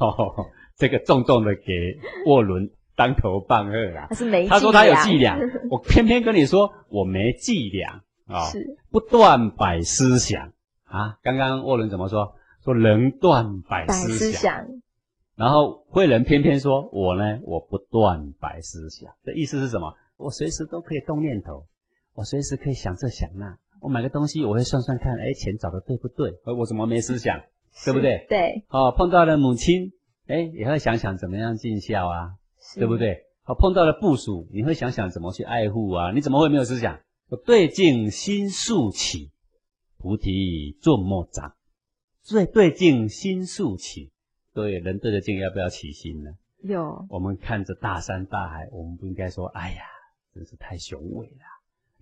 [SPEAKER 2] 哦” 这个重重的给沃伦当头棒喝啊
[SPEAKER 1] 他！是没
[SPEAKER 2] 他说他有伎
[SPEAKER 1] 量，
[SPEAKER 2] 俩，我偏偏跟你说我没伎俩啊、哦
[SPEAKER 1] 是
[SPEAKER 2] 不断百思想啊！刚刚沃伦怎么说？说能断百
[SPEAKER 1] 百思想，
[SPEAKER 2] 然后慧人偏偏说：“我呢，我不断百思想。”这意思是什么？我随时都可以动念头，我随时可以想这想那。我买个东西，我会算算看，哎，钱找的对不对？呃我怎么没思想？对不对？
[SPEAKER 1] 对，
[SPEAKER 2] 哦，碰到了母亲，哎，也会想想怎么样尽孝啊，
[SPEAKER 1] 是
[SPEAKER 2] 对不？对？哦，碰到了部属，你会想想怎么去爱护啊？你怎么会没有思想？对镜心术起，菩提坐莫长。所以对镜心术起，对人对着镜要不要起心呢？
[SPEAKER 1] 有
[SPEAKER 2] 我们看着大山大海，我们不应该说：“哎呀，真是太雄伟了。”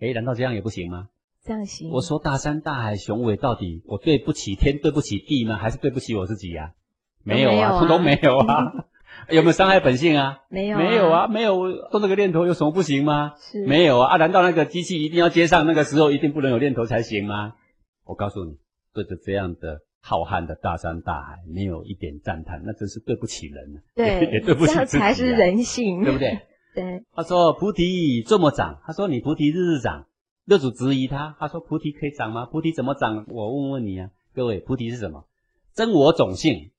[SPEAKER 2] 哎，难道这样也不行吗？
[SPEAKER 1] 这样行，
[SPEAKER 2] 我说大山大海雄伟，到底我对不起天，对不起地吗？还是对不起我自己呀、没有啊，通
[SPEAKER 1] 都
[SPEAKER 2] 通没有啊。 有没有伤害本性啊？
[SPEAKER 1] 没有
[SPEAKER 2] 没有啊，，没有动这个念头有什么不行吗？
[SPEAKER 1] 是
[SPEAKER 2] 没有啊，啊难道那个机器一定要接上那个时候一定不能有念头才行吗？我告诉你，对着这样的浩瀚的大山大海，没有一点赞叹，那真是对不起人了、
[SPEAKER 1] 对
[SPEAKER 2] 也，对不起
[SPEAKER 1] 这样
[SPEAKER 2] 自己
[SPEAKER 1] 才是
[SPEAKER 2] 啊
[SPEAKER 1] 人性，
[SPEAKER 2] 对不？对？
[SPEAKER 1] 对，
[SPEAKER 2] 他说菩提这么长，他说你菩提日日长。六祖质疑他，他说菩提可以长吗？菩提怎么长？我问问你啊，各位，菩提是什么？真我种性，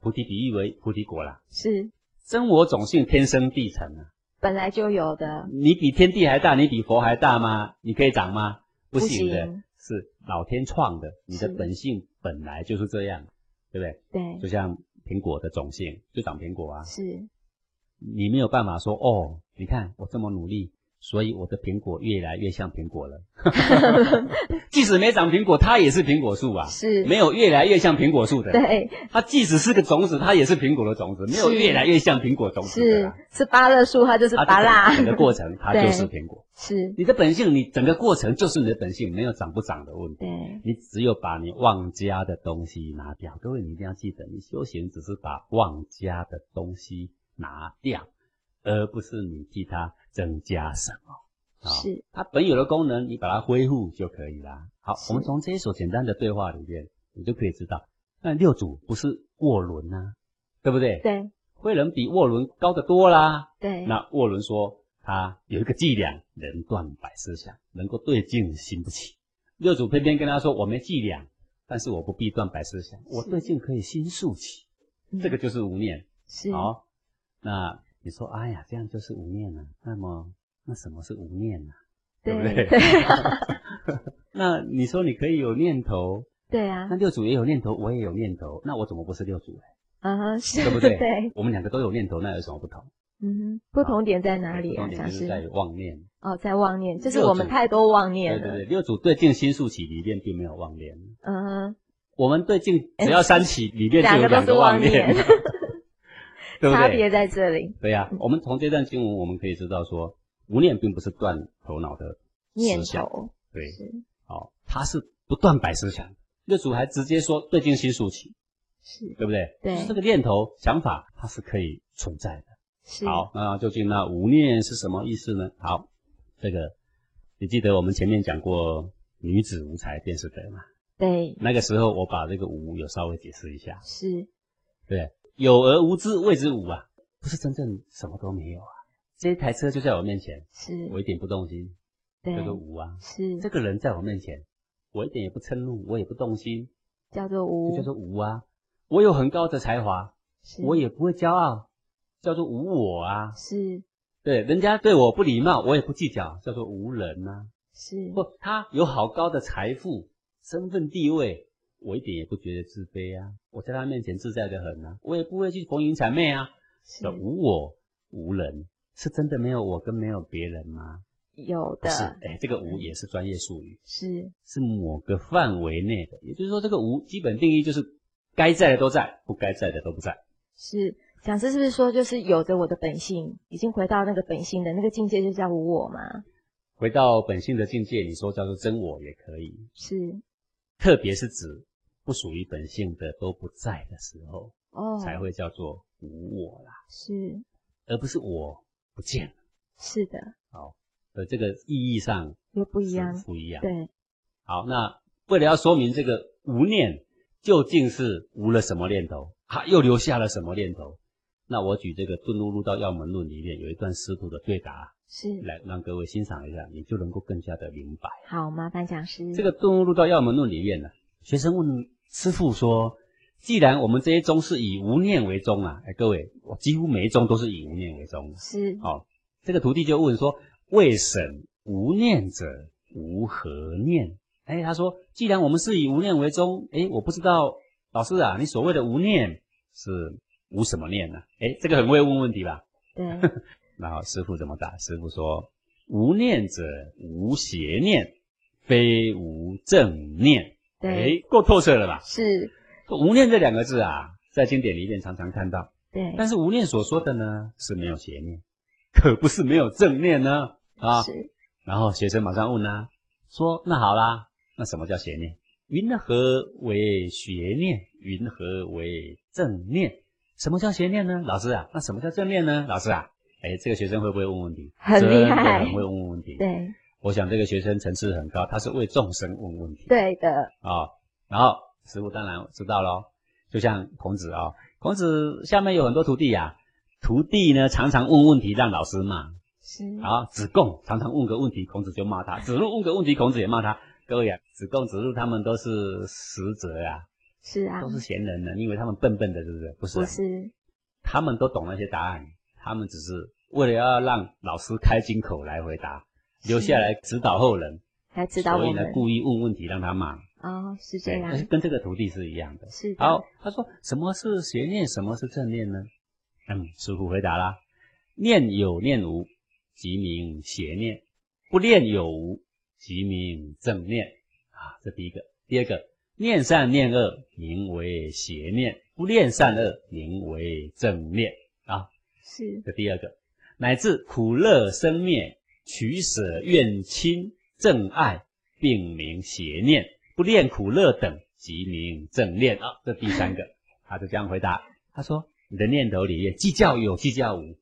[SPEAKER 2] 菩提比喻为菩提果啦。
[SPEAKER 1] 是
[SPEAKER 2] 真我种性天生地成啊，
[SPEAKER 1] 本来就有的，
[SPEAKER 2] 你比天地还大，你比佛还大吗？你可以长吗？不行的，
[SPEAKER 1] 不行
[SPEAKER 2] 是老天创的，你
[SPEAKER 1] 是
[SPEAKER 2] 的本性本来就是这样，对不对？
[SPEAKER 1] 对，
[SPEAKER 2] 就像苹果的种性就长苹果啊，
[SPEAKER 1] 是
[SPEAKER 2] 你没有办法说哦，你看我这么努力，所以我的苹果越来越像苹果了。 即使没长苹果，它也是苹果树啊。
[SPEAKER 1] 是，
[SPEAKER 2] 没有越来越像苹果树的，
[SPEAKER 1] 对，
[SPEAKER 2] 它即使是个种子，它也是苹果的种子，没有
[SPEAKER 1] 是
[SPEAKER 2] 越来越像苹果种子的
[SPEAKER 1] 是
[SPEAKER 2] 啦。
[SPEAKER 1] 是芭乐树，它就是
[SPEAKER 2] 它
[SPEAKER 1] 芭
[SPEAKER 2] 这
[SPEAKER 1] 辣
[SPEAKER 2] 个，啊整个过程它
[SPEAKER 1] 对
[SPEAKER 2] 就是苹果。
[SPEAKER 1] 是，
[SPEAKER 2] 你的本性，你整个过程就是你的本性，没有长不长的问题。
[SPEAKER 1] 对，
[SPEAKER 2] 你只有把你妄加的东西拿掉。各位，你一定要记得，你修行只是把妄加的东西拿掉，而不是你替它增加什么。啊
[SPEAKER 1] 是，
[SPEAKER 2] 它本有的功能，你把它恢复就可以啦。好，
[SPEAKER 1] 是
[SPEAKER 2] 我们从这一所简单的对话里面，你就可以知道，那六祖不是沃伦啊，对不对？，
[SPEAKER 1] 对
[SPEAKER 2] 慧能比沃伦高得多啦。
[SPEAKER 1] 对，
[SPEAKER 2] 那沃伦说他有一个伎俩，能断百思想，能够对镜行不起。六祖偏偏跟他说：“我没伎俩，但是我不必断百思想，我对镜可以心术起。”
[SPEAKER 1] 嗯
[SPEAKER 2] 这个就是无念。
[SPEAKER 1] 是
[SPEAKER 2] 好，那你说，哎呀，这样就是无念了、那么，那什么是无念呢、对不对？那你说你可以有念头，
[SPEAKER 1] 对啊
[SPEAKER 2] 那，六祖也有念头，我也有念头，那我怎么不是六祖？
[SPEAKER 1] 嗯哼，是，
[SPEAKER 2] 对不 对
[SPEAKER 1] 对，
[SPEAKER 2] 我们两个都有念头，那有什么不同？
[SPEAKER 1] 嗯哼，不同点在哪里
[SPEAKER 2] 不
[SPEAKER 1] 啊？
[SPEAKER 2] 同点
[SPEAKER 1] 像
[SPEAKER 2] 就是在于
[SPEAKER 1] 是
[SPEAKER 2] 妄念。
[SPEAKER 1] 哦，在妄念，就是
[SPEAKER 2] 六
[SPEAKER 1] 我们
[SPEAKER 2] 祖
[SPEAKER 1] 太多妄念
[SPEAKER 2] 对
[SPEAKER 1] 了
[SPEAKER 2] 对，对，六祖对境心术起里面并没有妄念，
[SPEAKER 1] 嗯哼，
[SPEAKER 2] 我们对 境只要三起里面就有
[SPEAKER 1] 两个都
[SPEAKER 2] 两
[SPEAKER 1] 是
[SPEAKER 2] 个妄念
[SPEAKER 1] 妄，
[SPEAKER 2] 对不
[SPEAKER 1] 差别
[SPEAKER 2] 对？
[SPEAKER 1] 在这里，
[SPEAKER 2] 对呀、我们从这段经文我们可以知道说，无念并不是断头脑的
[SPEAKER 1] 念
[SPEAKER 2] 思想，
[SPEAKER 1] 头
[SPEAKER 2] 对，
[SPEAKER 1] 是
[SPEAKER 2] 哦，它是不断百思想。六祖还直接说对境心术起，
[SPEAKER 1] 是
[SPEAKER 2] 对不对？
[SPEAKER 1] 对
[SPEAKER 2] 就是这个念头想法它是可以存在的。
[SPEAKER 1] 是，
[SPEAKER 2] 好，那究竟那无念是什么意思呢？好，这个你记得我们前面讲过女子无才便是德嘛？
[SPEAKER 1] 对，
[SPEAKER 2] 那个时候我把这个无有稍微解释一下，
[SPEAKER 1] 是
[SPEAKER 2] 有而无知谓之无啊，不是真正什么都没有啊。这台车就在我面前，
[SPEAKER 1] 是，
[SPEAKER 2] 我一点不动心，
[SPEAKER 1] 对
[SPEAKER 2] 叫，做无啊。
[SPEAKER 1] 是
[SPEAKER 2] 这个人在我面前，我一点也不嗔怒，我也不动心，
[SPEAKER 1] 叫做无，
[SPEAKER 2] 就叫做无啊。我有很高的才华，
[SPEAKER 1] 是
[SPEAKER 2] 我也不会骄傲，叫做无我啊。
[SPEAKER 1] 是
[SPEAKER 2] 对，人家对我不礼貌，我也不计较，叫做无人啊呐、
[SPEAKER 1] 是
[SPEAKER 2] 不，他有好高的财富、身份地位，我一点也不觉得自卑啊。我在他面前自在的很啊，我也不会去逢迎谄媚
[SPEAKER 1] 嗯
[SPEAKER 2] 啊。
[SPEAKER 1] 是
[SPEAKER 2] 叫无我无人，是真的没有我跟没有别人吗？
[SPEAKER 1] 有
[SPEAKER 2] 不是
[SPEAKER 1] 的，，
[SPEAKER 2] 哎，这个无也是专业术语，
[SPEAKER 1] 是
[SPEAKER 2] 是某个范围内的。也就是说，这个无基本定义就是该在的都在，不该在的都不在。
[SPEAKER 1] 是。讲师是不是说，就是有着我的本性，已经回到那个本性的那个境界，就叫无我嘛？
[SPEAKER 2] 回到本性的境界，你说叫做真我也可以，
[SPEAKER 1] 是
[SPEAKER 2] 特别是指不属于本性的都不在的时候，
[SPEAKER 1] 哦，
[SPEAKER 2] 才会叫做无我啦。
[SPEAKER 1] 是
[SPEAKER 2] 而不是我不见了。
[SPEAKER 1] 是的，
[SPEAKER 2] 呃，这个意义上
[SPEAKER 1] 又不一样
[SPEAKER 2] 是。不一样。
[SPEAKER 1] 对，
[SPEAKER 2] 好，那为了要说明这个无念究竟是无了什么念头，他又留下了什么念头，那我举这个《顿悟入道要门论》里面有一段师徒的对答，
[SPEAKER 1] 是
[SPEAKER 2] 来让各位欣赏一下，你就能够更加的明白。
[SPEAKER 1] 好，麻烦讲师。
[SPEAKER 2] 这个《顿悟入道要门论》里面呢、学生问师父说：“既然我们这些宗是以无念为宗啊，哎，各位，我几乎每一宗都是以无念为宗的。”
[SPEAKER 1] 是
[SPEAKER 2] 哦，这个徒弟就问说：“为审无念者，无何念？”哎，他说：“既然我们是以无念为宗，哎，我不知道老师啊，你所谓的无念是无什么念呢、哎，这个很会问问题吧？
[SPEAKER 1] 对，
[SPEAKER 2] 然后师傅怎么答？师傅说：“无念者，无邪念，非无正念。”哎
[SPEAKER 1] 对，
[SPEAKER 2] 够透彻了吧？
[SPEAKER 1] 是，
[SPEAKER 2] 无念这两个字啊，在经典里面常常看到。
[SPEAKER 1] 对，
[SPEAKER 2] 但是无念所说的呢，是没有邪念，可不是没有正念呢啊。
[SPEAKER 1] 是
[SPEAKER 2] 然后学生马上问啦、说那好啦，那什么叫邪念？云何为邪念？云何为正念？什么叫邪念呢？老师啊，那什么叫正念呢？老师啊，哎，这个学生会不会问问题？
[SPEAKER 1] 很厉害
[SPEAKER 2] 真的很会问问题。，
[SPEAKER 1] 对，
[SPEAKER 2] 我想这个学生层次很高，他是为众生问问题。
[SPEAKER 1] 对的，
[SPEAKER 2] 啊、然后师傅当然知道喽，就像孔子啊、孔子下面有很多徒弟呀、徒弟呢常常问问题让老师骂，
[SPEAKER 1] 是
[SPEAKER 2] 然后子贡常常问个问题，孔子就骂他；子路问个问题，孔子也骂他。各位啊，子贡、子路他们都是实者啊，
[SPEAKER 1] 是啊
[SPEAKER 2] 都，是贤人呢、你以为他们笨笨的，是不是？不是啊、
[SPEAKER 1] 不是
[SPEAKER 2] 他们都懂那些答案，他们只是为了要让老师开金口来回答，留下来指导后人，
[SPEAKER 1] 来指导
[SPEAKER 2] 所
[SPEAKER 1] 我
[SPEAKER 2] 以呢
[SPEAKER 1] 们
[SPEAKER 2] 故意问问题让他骂，
[SPEAKER 1] 哦，是这
[SPEAKER 2] 对，
[SPEAKER 1] 样
[SPEAKER 2] 但，是跟这个徒弟是一样的。
[SPEAKER 1] 是的，
[SPEAKER 2] 好，他说什么是邪念，什么是正念呢？嗯，师傅回答啦：念有念无，即名邪念；不念有无，即名正念。啊，这第一个。第二个，念善念恶，名为邪念；不念善恶，名为正念。啊，
[SPEAKER 1] 是
[SPEAKER 2] 这第二个。乃至苦乐生灭，取舍怨亲正爱，并名邪念；不念苦乐等，即名正念啊。这第三个，他就这样回答：他说，你的念头里面计较有，计较无，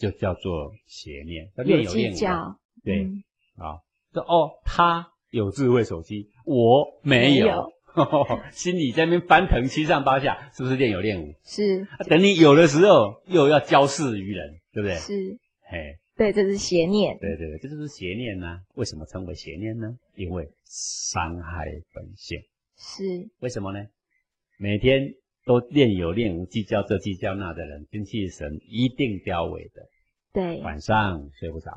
[SPEAKER 2] 就叫做邪念。要念
[SPEAKER 1] 有
[SPEAKER 2] 有
[SPEAKER 1] 计
[SPEAKER 2] 念无啊，
[SPEAKER 1] 较，
[SPEAKER 2] 对
[SPEAKER 1] 嗯
[SPEAKER 2] 啊，说哦，他有智慧手机，我没
[SPEAKER 1] 没
[SPEAKER 2] 有
[SPEAKER 1] 有，
[SPEAKER 2] 心里在那边翻腾七上八下，是不是练有练无？
[SPEAKER 1] 是
[SPEAKER 2] 啊等你有的时候，又要交世于人，对不对？
[SPEAKER 1] 是，
[SPEAKER 2] 嘿，
[SPEAKER 1] 对，这是邪念，
[SPEAKER 2] 对对对，这就是邪念呐、为什么称为邪念呢？因为伤害本性。
[SPEAKER 1] 是
[SPEAKER 2] 为什么呢？每天都练有练无，计较这计较那的人，精气神一定凋萎的，
[SPEAKER 1] 对
[SPEAKER 2] 晚上睡不着，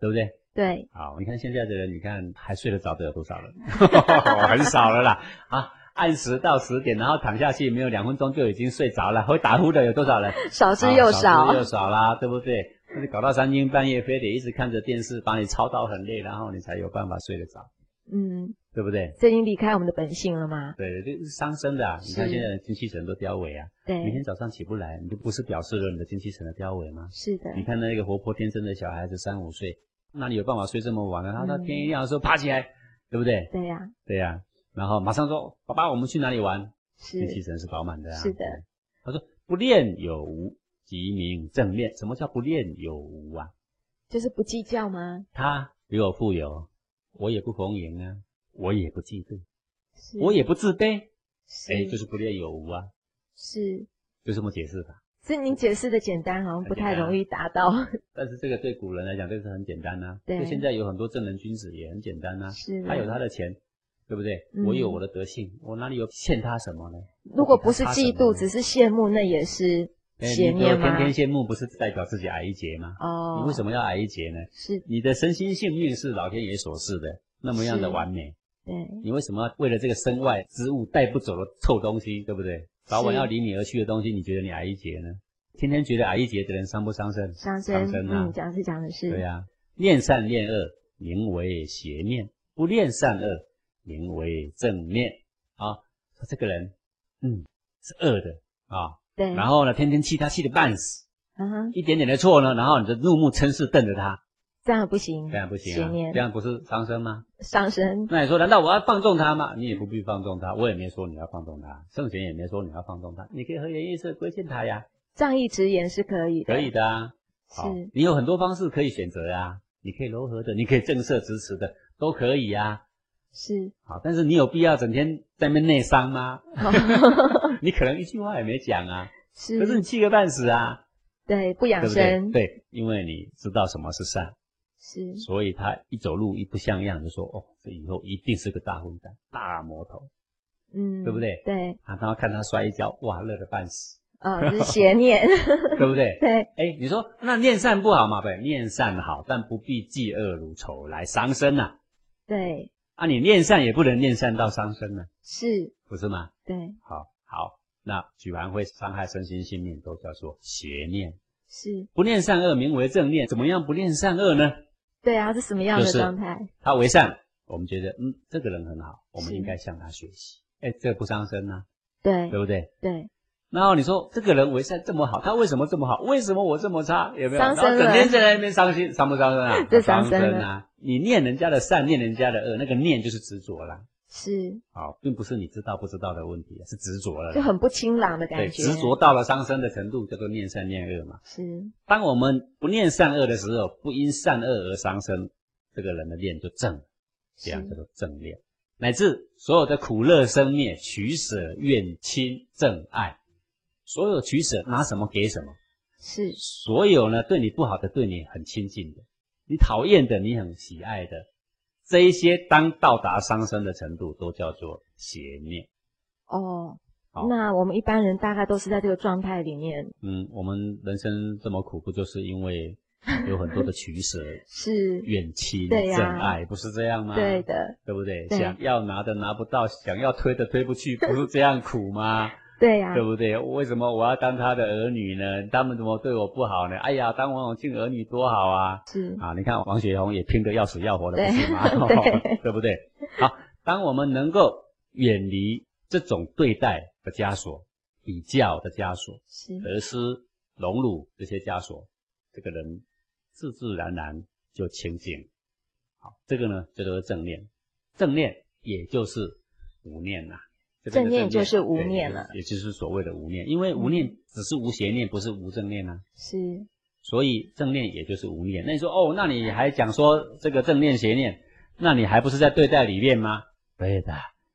[SPEAKER 2] 对不对？
[SPEAKER 1] 对
[SPEAKER 2] 好，你看现在的人，你看还睡得着的有多少人？ 很少了啦。啊，按时到十点，然后躺下去没有两分钟就已经睡着了，会打呼的有多少人？
[SPEAKER 1] 少之又
[SPEAKER 2] 少
[SPEAKER 1] 少
[SPEAKER 2] 之，又少啦， 对不对？那你搞到三更半夜，非得一直看着电视，把你操到很累，然后你才有办法睡得着，
[SPEAKER 1] 嗯，
[SPEAKER 2] 对不对？
[SPEAKER 1] 这已经离开我们的本性了吗？
[SPEAKER 2] 对，这是伤身的、啊。你看
[SPEAKER 1] 是
[SPEAKER 2] 现在的精气神都凋萎啊，明天
[SPEAKER 1] 对，
[SPEAKER 2] 早上起不来，你就不是表示了你的精气神的凋萎吗？
[SPEAKER 1] 是的，
[SPEAKER 2] 你看那个活泼天真的小孩子三五岁，哪里有办法睡这么晚呢、他到
[SPEAKER 1] 嗯
[SPEAKER 2] 天一亮的时候爬起来，对不对？
[SPEAKER 1] 对呀，
[SPEAKER 2] 对呀、然后马上说：“爸爸，我们去哪里玩？”
[SPEAKER 1] 是
[SPEAKER 2] 精气神是饱满的啊。
[SPEAKER 1] 是的。
[SPEAKER 2] 他说：“不恋有无，即名正念。”什么叫不恋有无啊？
[SPEAKER 1] 就是不计较吗？
[SPEAKER 2] 他比我富有，我也不逢迎啊，我也不嫉妒，
[SPEAKER 1] 是
[SPEAKER 2] 我也不自卑，
[SPEAKER 1] 是
[SPEAKER 2] 哎，就是不恋有无啊，
[SPEAKER 1] 是，
[SPEAKER 2] 就这么解释法。
[SPEAKER 1] 是您解释的简单，好像不太
[SPEAKER 2] 很简单啊
[SPEAKER 1] 容易达到，
[SPEAKER 2] 但是这个对古人来讲，这是很简单呐、
[SPEAKER 1] 对
[SPEAKER 2] 对现在有很多正人君子也很简单呐、啊
[SPEAKER 1] 是
[SPEAKER 2] 他有他的钱，对不对？
[SPEAKER 1] 嗯
[SPEAKER 2] 我有我的德性，我哪里有欠他什么呢？
[SPEAKER 1] 如果不是
[SPEAKER 2] 他什
[SPEAKER 1] 嫉
[SPEAKER 2] 么
[SPEAKER 1] 妒，
[SPEAKER 2] 呢
[SPEAKER 1] 只是羡慕，那也是
[SPEAKER 2] 哎
[SPEAKER 1] 邪
[SPEAKER 2] 你对
[SPEAKER 1] 念
[SPEAKER 2] 我
[SPEAKER 1] 吗？
[SPEAKER 2] 天天羡慕，不是代表自己矮一截吗？
[SPEAKER 1] 哦，
[SPEAKER 2] 你为什
[SPEAKER 1] 么
[SPEAKER 2] 么要矮一截呢？
[SPEAKER 1] 是？
[SPEAKER 2] 你的身心性运是老天爷所赐的，那么样
[SPEAKER 1] 是
[SPEAKER 2] 的完美，
[SPEAKER 1] 对，
[SPEAKER 2] 你为什么要为了这个身外之物带不走的臭东西，对不对？早晚要离你而去的东西，你觉得你矮一截呢？天天觉得矮一截的人伤不伤身？
[SPEAKER 1] 上升，
[SPEAKER 2] 身啊
[SPEAKER 1] 嗯，讲是讲的是，
[SPEAKER 2] 对呀、念善念恶，名为邪念；不念善恶，名为正念。啊，说这个人，嗯，是恶的啊。
[SPEAKER 1] 对，
[SPEAKER 2] 然后呢，天天气他气得半死，
[SPEAKER 1] 嗯哼，
[SPEAKER 2] 一点点的错呢，然后你就怒目嗔视瞪着他，
[SPEAKER 1] 这样不行，
[SPEAKER 2] 这样不行
[SPEAKER 1] 邪
[SPEAKER 2] 啊，这
[SPEAKER 1] 念
[SPEAKER 2] 样不是伤身吗？
[SPEAKER 1] 上升，
[SPEAKER 2] 那你说，难道我要放纵他吗？你也不必放纵他，我也没说你要放纵他，圣贤也没说你要放纵他，你可以和颜悦色规劝他呀，
[SPEAKER 1] 仗义直言是可以的，
[SPEAKER 2] 可以的啊。好
[SPEAKER 1] 是，
[SPEAKER 2] 你有很多方式可以选择啊，你可以柔和的，你可以正色直持的，都可以啊。
[SPEAKER 1] 是，
[SPEAKER 2] 好，但是你有必要整天在那边内伤 吗？你可能一句话也没讲啊，可是你
[SPEAKER 1] 哦是，
[SPEAKER 2] 气个半死啊，
[SPEAKER 1] 对，不
[SPEAKER 2] 对
[SPEAKER 1] 养
[SPEAKER 2] 不对？
[SPEAKER 1] 生，
[SPEAKER 2] 对，因为你知道什么是善，
[SPEAKER 1] 是
[SPEAKER 2] 所以他一走路一不像样就说哦，这以后一定是个大混蛋、大魔头。
[SPEAKER 1] 嗯，
[SPEAKER 2] 对不对
[SPEAKER 1] 对，
[SPEAKER 2] 啊，然后看他摔一跤，哇，乐得半死，
[SPEAKER 1] 呃，这是邪念，
[SPEAKER 2] 对不对？
[SPEAKER 1] 对，
[SPEAKER 2] 哎，你说那念善不好嘛？不，念善好，但不必嫉恶如仇来伤身呐、啊。
[SPEAKER 1] 对，
[SPEAKER 2] 你念善也不能念善到伤身呢、
[SPEAKER 1] 是，
[SPEAKER 2] 不是吗？
[SPEAKER 1] 对，
[SPEAKER 2] 好，好，那举凡会伤害身心性命，都叫做邪念。
[SPEAKER 1] 是，
[SPEAKER 2] 不念善恶，名为正念。怎么样不念善恶呢？
[SPEAKER 1] 对啊，是什么样
[SPEAKER 2] 就
[SPEAKER 1] 的
[SPEAKER 2] 是
[SPEAKER 1] 状态？
[SPEAKER 2] 他为善，我们觉得嗯，这个人很好，我们
[SPEAKER 1] 是
[SPEAKER 2] 应该向他学习。哎，这不伤身呐、
[SPEAKER 1] 对
[SPEAKER 2] 对，不对？
[SPEAKER 1] 对，
[SPEAKER 2] 然后你说这个人为善这么好，他为什么这么好？为什么我这么差？有没有？
[SPEAKER 1] 伤身了
[SPEAKER 2] 然后整天在那边伤心，伤不伤身 啊？
[SPEAKER 1] 这伤身
[SPEAKER 2] 身
[SPEAKER 1] 了
[SPEAKER 2] 啊！你念人家的善，念人家的恶，那个念就是执着啦。
[SPEAKER 1] 是，
[SPEAKER 2] 好，并不是你知道不知道的问题，是执着了啦。
[SPEAKER 1] 就很不清朗的
[SPEAKER 2] 对，
[SPEAKER 1] 感觉，
[SPEAKER 2] 执着到了伤身的程度，叫做念善念恶嘛。
[SPEAKER 1] 是，
[SPEAKER 2] 当我们不念善恶的时候，不因善恶而伤身，这个人的念就正了，这样
[SPEAKER 1] 是
[SPEAKER 2] 叫做正念。乃至所有的苦乐生灭、取舍、怨亲、正爱，所有取舍拿什么给什么，
[SPEAKER 1] 是，
[SPEAKER 2] 所有呢对你不好的、对你很亲近的，你讨厌的、你很喜爱的，这一些当到达伤身的程度，都叫做邪念。
[SPEAKER 1] 哦
[SPEAKER 2] 好。
[SPEAKER 1] 那我们一般人大概都是在这个状态里面，
[SPEAKER 2] 嗯，我们人生这么苦，不就是因为有很多的取 舍、
[SPEAKER 1] 是
[SPEAKER 2] 怨亲、
[SPEAKER 1] 对呀
[SPEAKER 2] 正爱，不是这样吗？
[SPEAKER 1] 对的，
[SPEAKER 2] 对不对？
[SPEAKER 1] 对
[SPEAKER 2] 想要拿的拿不到，想要推的推不去，不是这样苦吗？
[SPEAKER 1] 对啊呀、
[SPEAKER 2] 对不对？为什么我要当他的儿女呢？他们怎么对我不好呢？哎呀，当王永庆儿女多好啊！
[SPEAKER 1] 是，
[SPEAKER 2] 啊，你看王雪红也拼得要死要活的，
[SPEAKER 1] 对
[SPEAKER 2] 不是吗？
[SPEAKER 1] 对
[SPEAKER 2] 对不对？好，当我们能够远离这种对待的枷锁、比较的枷锁、
[SPEAKER 1] 是，
[SPEAKER 2] 得失、荣辱这些枷锁，这个人自自然然就清净。好，这个呢，这就是正念。正念也就是无念呐、这边的
[SPEAKER 1] 正念就是无念了嗯
[SPEAKER 2] 对也就是所谓的无念，因为无念只是无邪念，不是无正念啊。
[SPEAKER 1] 是，
[SPEAKER 2] 所以正念也就是无念。那你说哦，那你还讲说这个正念邪念，那你还不是在对待里面吗？对的，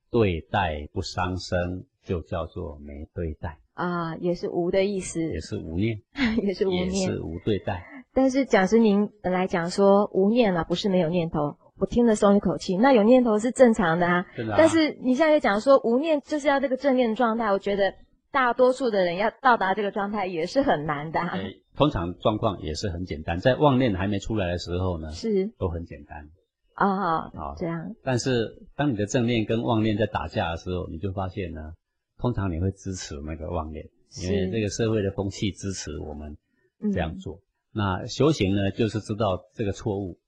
[SPEAKER 2] 对待不伤身，就叫做没对待，
[SPEAKER 1] 啊、也是无的意思，
[SPEAKER 2] 也是无念，
[SPEAKER 1] 也是无
[SPEAKER 2] 也
[SPEAKER 1] 念。
[SPEAKER 2] 是无对待。
[SPEAKER 1] 但是讲师您本来讲说无念了，不是没有念头，我听了松一口气。那有念头是正常的啊，
[SPEAKER 2] 真的啊、
[SPEAKER 1] 但是你现在又讲说无念就是要这个正念的状态，我觉得大多数的人要到达这个状态也是很难的、啊。
[SPEAKER 2] 呃通常状况也是很简单，在妄念还没出来的时候呢，
[SPEAKER 1] 是
[SPEAKER 2] 都很简单。
[SPEAKER 1] 啊、
[SPEAKER 2] 好
[SPEAKER 1] 这样
[SPEAKER 2] 但是当你的正念跟妄念在打架的时候，你就发现呢，通常你会支持那个妄念，因为
[SPEAKER 1] 是
[SPEAKER 2] 这个社会的风气支持我们
[SPEAKER 1] 嗯
[SPEAKER 2] 这样做。那修行呢，就是知道这个错误，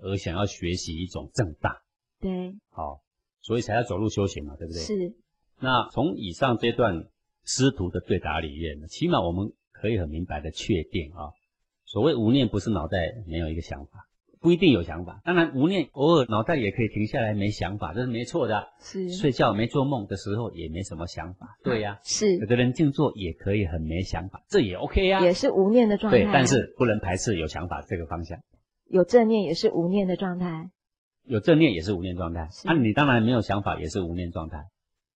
[SPEAKER 2] 而想要学习一种正大，
[SPEAKER 1] 对，
[SPEAKER 2] 好、所以才要走入修行嘛，对不对？。
[SPEAKER 1] 是
[SPEAKER 2] 那从以上这段师徒的对答里面呢，起码我们可以很明白的确定啊，所谓无念不是脑袋没有一个想法，不一定有想法。当然，无念偶尔脑袋也可以停下来没想法，这是没错的啊、
[SPEAKER 1] 是
[SPEAKER 2] 睡觉没做梦的时候也没什么想法，
[SPEAKER 1] 嗯
[SPEAKER 2] 对呀、有
[SPEAKER 1] 是，
[SPEAKER 2] 的人静坐也可以很没想法，这也 OK 呀、
[SPEAKER 1] 也是嗯无念的状态。
[SPEAKER 2] 对，但是不能排斥有想法这个方向。
[SPEAKER 1] 有正念也是无念的状态。
[SPEAKER 2] 有正念也是无念状态，
[SPEAKER 1] 是
[SPEAKER 2] 那、你当然没有想法也是无念状态，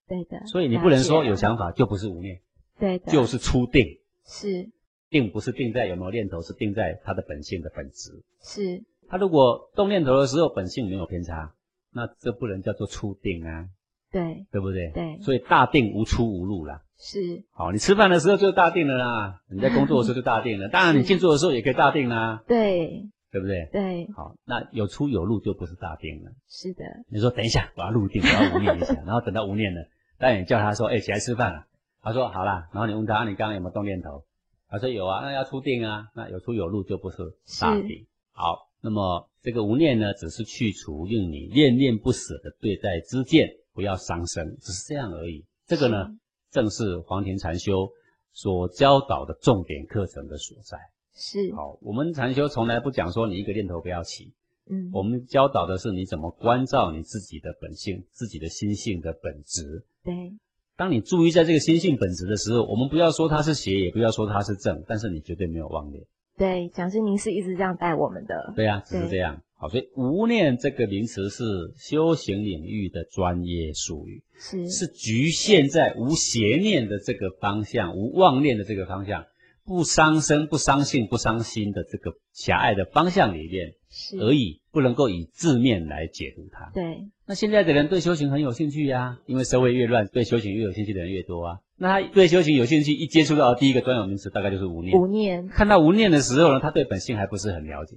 [SPEAKER 1] 对的，
[SPEAKER 2] 所以你不能说有
[SPEAKER 1] 了解
[SPEAKER 2] 想法就不是无念，
[SPEAKER 1] 对的，
[SPEAKER 2] 就是初定。
[SPEAKER 1] 是
[SPEAKER 2] 定不是定在有没有念头，是定在它的本性的本质。
[SPEAKER 1] 是
[SPEAKER 2] 它如果动念头的时候本性没有偏差，那这不能叫做初定啊，
[SPEAKER 1] 对
[SPEAKER 2] 对不对？
[SPEAKER 1] 对
[SPEAKER 2] 所以大定无出无入啦。
[SPEAKER 1] 是，
[SPEAKER 2] 好，你吃饭的时候就大定了啦，你在工作的时候就大定了，当然你静坐的时候也可以大定啦，
[SPEAKER 1] 对
[SPEAKER 2] 对不对？
[SPEAKER 1] 对
[SPEAKER 2] 好，那有出有入就不是大定了。
[SPEAKER 1] 是的，
[SPEAKER 2] 你说等一下，我要入定，我要无念一下，然后等到无念了，但你叫他说，哎、起来吃饭了。他说好啦，然后你问他，啊你刚刚有没有动念头？他说有啊，那要出定啊，那有出有入就不是大定。好，那么这个无念呢，只是去除令你恋恋不舍的对待之见，不要伤身，只是这样而已。这个呢，正是黄庭禅修所教导的重点课程的所在。
[SPEAKER 1] 是
[SPEAKER 2] 好，我们禅修从来不讲说你一个念头不要起，
[SPEAKER 1] 嗯，
[SPEAKER 2] 我们教导的是你怎么关照你自己的本性、自己的心性的本质。
[SPEAKER 1] 对
[SPEAKER 2] 当你注意在这个心性本质的时候，我们不要说它是邪，也不要说它是正，但是你绝对没有妄念。
[SPEAKER 1] 对，讲师您是一直这样带我们的，
[SPEAKER 2] 对啊，只是
[SPEAKER 1] 对
[SPEAKER 2] 这样。好，所以无念这个名词是修行领域的专业术语，
[SPEAKER 1] 是
[SPEAKER 2] 是局限在无邪念的这个方向、无妄念的这个方向、不伤身、不伤性、不伤心的这个狭隘的方向里面
[SPEAKER 1] 是
[SPEAKER 2] 而已，不能够以字面来解读它。
[SPEAKER 1] 对
[SPEAKER 2] 那现在的人对修行很有兴趣呀、因为社会越乱，对修行越有兴趣的人越多啊。那他对修行有兴趣，一接触到的第一个专有名词大概就是无念。
[SPEAKER 1] 无念
[SPEAKER 2] 看到无念的时候呢，他对本性还不是很了解，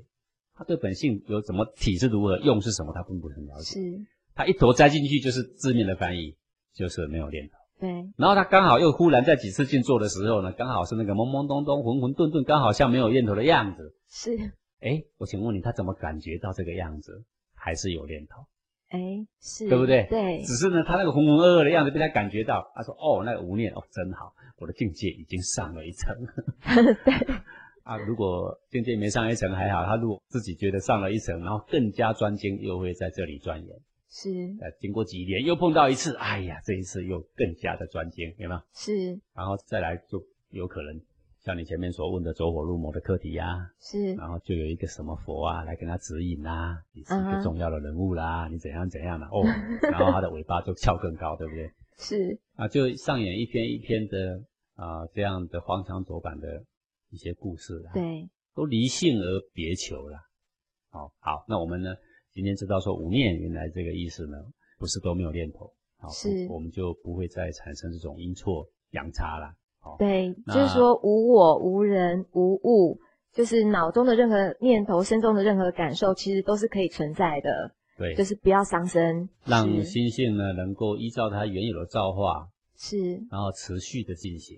[SPEAKER 2] 他对本性有怎么体是如何，用是什么，他并不是很了解。
[SPEAKER 1] 是
[SPEAKER 2] 他一头栽进去就是字面的翻译，就是没有念头。
[SPEAKER 1] 对
[SPEAKER 2] 然后他刚好又忽然在几次静坐的时候呢，刚好是那个懵懵懂懂、混混沌沌，刚好像没有念头的样子。
[SPEAKER 1] 是
[SPEAKER 2] 哎，我请问你，他怎么感觉到这个样子？还是有念头？
[SPEAKER 1] 哎是
[SPEAKER 2] 对不对
[SPEAKER 1] 对
[SPEAKER 2] 只是呢，他那个浑浑噩噩的样子被他感觉到，他说：“哦，那个无念哦，真好，我的境界已经上了一层。
[SPEAKER 1] 对
[SPEAKER 2] 啊，如果境界没上一层还好，他如果自己觉得上了一层，然后更加专精，又会在这里钻研。
[SPEAKER 1] 是
[SPEAKER 2] 呃，经过几年又碰到一次，哎呀，这一次又更加的专精，有没有？
[SPEAKER 1] 是
[SPEAKER 2] 然后再来就有可能像你前面所问的走火入魔的课题呀、
[SPEAKER 1] 是
[SPEAKER 2] 然后就有一个什么佛啊来跟他指引啦、你是一
[SPEAKER 1] 嗯
[SPEAKER 2] 个
[SPEAKER 1] 哼
[SPEAKER 2] 重要的人物啦，你怎样怎样啦、哦，然后他的尾巴就翘更高，对不对？
[SPEAKER 1] 是
[SPEAKER 2] 啊，就上演一篇一篇的啊、这样的荒腔走板的一些故事啦，，
[SPEAKER 1] 对
[SPEAKER 2] 都离性而别求啦。好、好，那我们呢，今天知道说无念原来这个意思呢，不是都没有念头，好、
[SPEAKER 1] 是
[SPEAKER 2] 不我们就不会再产生这种阴错阳差啦。
[SPEAKER 1] 对，就
[SPEAKER 2] 那
[SPEAKER 1] 是说无我无人无物，就是脑中的任何念头、身中的任何感受，其实都是可以存在的，
[SPEAKER 2] 对，
[SPEAKER 1] 就是不要伤身，
[SPEAKER 2] 让
[SPEAKER 1] 是
[SPEAKER 2] 心性呢能够依照它原有的造化，
[SPEAKER 1] 是
[SPEAKER 2] 然后持续的进行，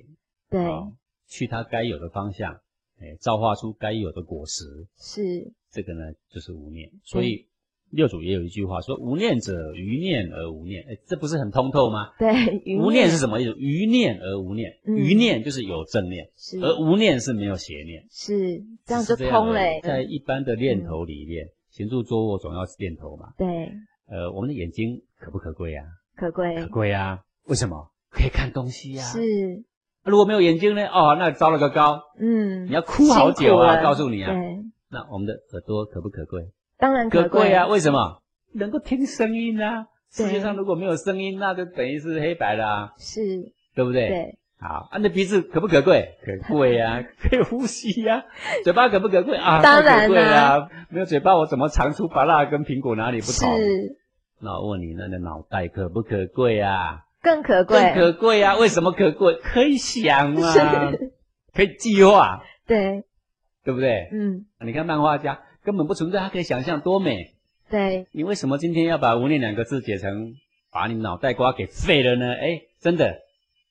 [SPEAKER 1] 对，
[SPEAKER 2] 啊去它该有的方向，哎，造化出该有的果实，
[SPEAKER 1] 是
[SPEAKER 2] 这个呢就是无念。
[SPEAKER 1] 嗯
[SPEAKER 2] 所以六祖也有一句话说：“无念者，于念而无念。”哎，这不是很通透吗？
[SPEAKER 1] 对。余
[SPEAKER 2] 无念是什么意思？于念而无念，
[SPEAKER 1] 嗯
[SPEAKER 2] 于念就是有正念，
[SPEAKER 1] 是
[SPEAKER 2] 而无念是没有邪念，
[SPEAKER 1] 是这样就
[SPEAKER 2] 只是
[SPEAKER 1] 通嗯
[SPEAKER 2] 而
[SPEAKER 1] 了
[SPEAKER 2] 已
[SPEAKER 1] 欸，
[SPEAKER 2] 在一般的念头里面，行住坐卧总要念头嘛。
[SPEAKER 1] 对，
[SPEAKER 2] 呃，我们的眼睛可不可贵啊？
[SPEAKER 1] 可贵
[SPEAKER 2] 可贵啊！为什么？可以看东西呀、啊。
[SPEAKER 1] 是，
[SPEAKER 2] 如果没有眼睛呢？哦，那糟了个高，
[SPEAKER 1] 嗯，
[SPEAKER 2] 你要哭好久
[SPEAKER 1] 辛苦
[SPEAKER 2] 啊！
[SPEAKER 1] 了
[SPEAKER 2] 告诉你啊，
[SPEAKER 1] 对，
[SPEAKER 2] 那我们的耳朵可不可贵？
[SPEAKER 1] 当然
[SPEAKER 2] 可
[SPEAKER 1] 贵
[SPEAKER 2] 贵啊！，为什么？能够听声音啊！
[SPEAKER 1] 对
[SPEAKER 2] 世界上如果没有声音，那就等于是黑白啦、
[SPEAKER 1] 是，
[SPEAKER 2] 对不对？
[SPEAKER 1] 对，
[SPEAKER 2] 好，啊，那鼻子可不可贵？可贵呀、可以呼吸呀、嘴巴可不可贵啊？
[SPEAKER 1] 当然啦
[SPEAKER 2] 可贵啊！没有嘴巴，我怎么尝出芭乐跟苹果哪里不同？
[SPEAKER 1] 是
[SPEAKER 2] 那我问你，那你的脑袋可不可贵啊？
[SPEAKER 1] 更可贵，
[SPEAKER 2] 更可贵啊！为什么可贵？可以想啊，可以计划，
[SPEAKER 1] 对，
[SPEAKER 2] 对不对？
[SPEAKER 1] 嗯，
[SPEAKER 2] 你看漫画家根本不存在，他可以想象多美。
[SPEAKER 1] 对，
[SPEAKER 2] 你为什么今天要把“无念”两个字解成把你脑袋瓜给废了呢？哎，真的，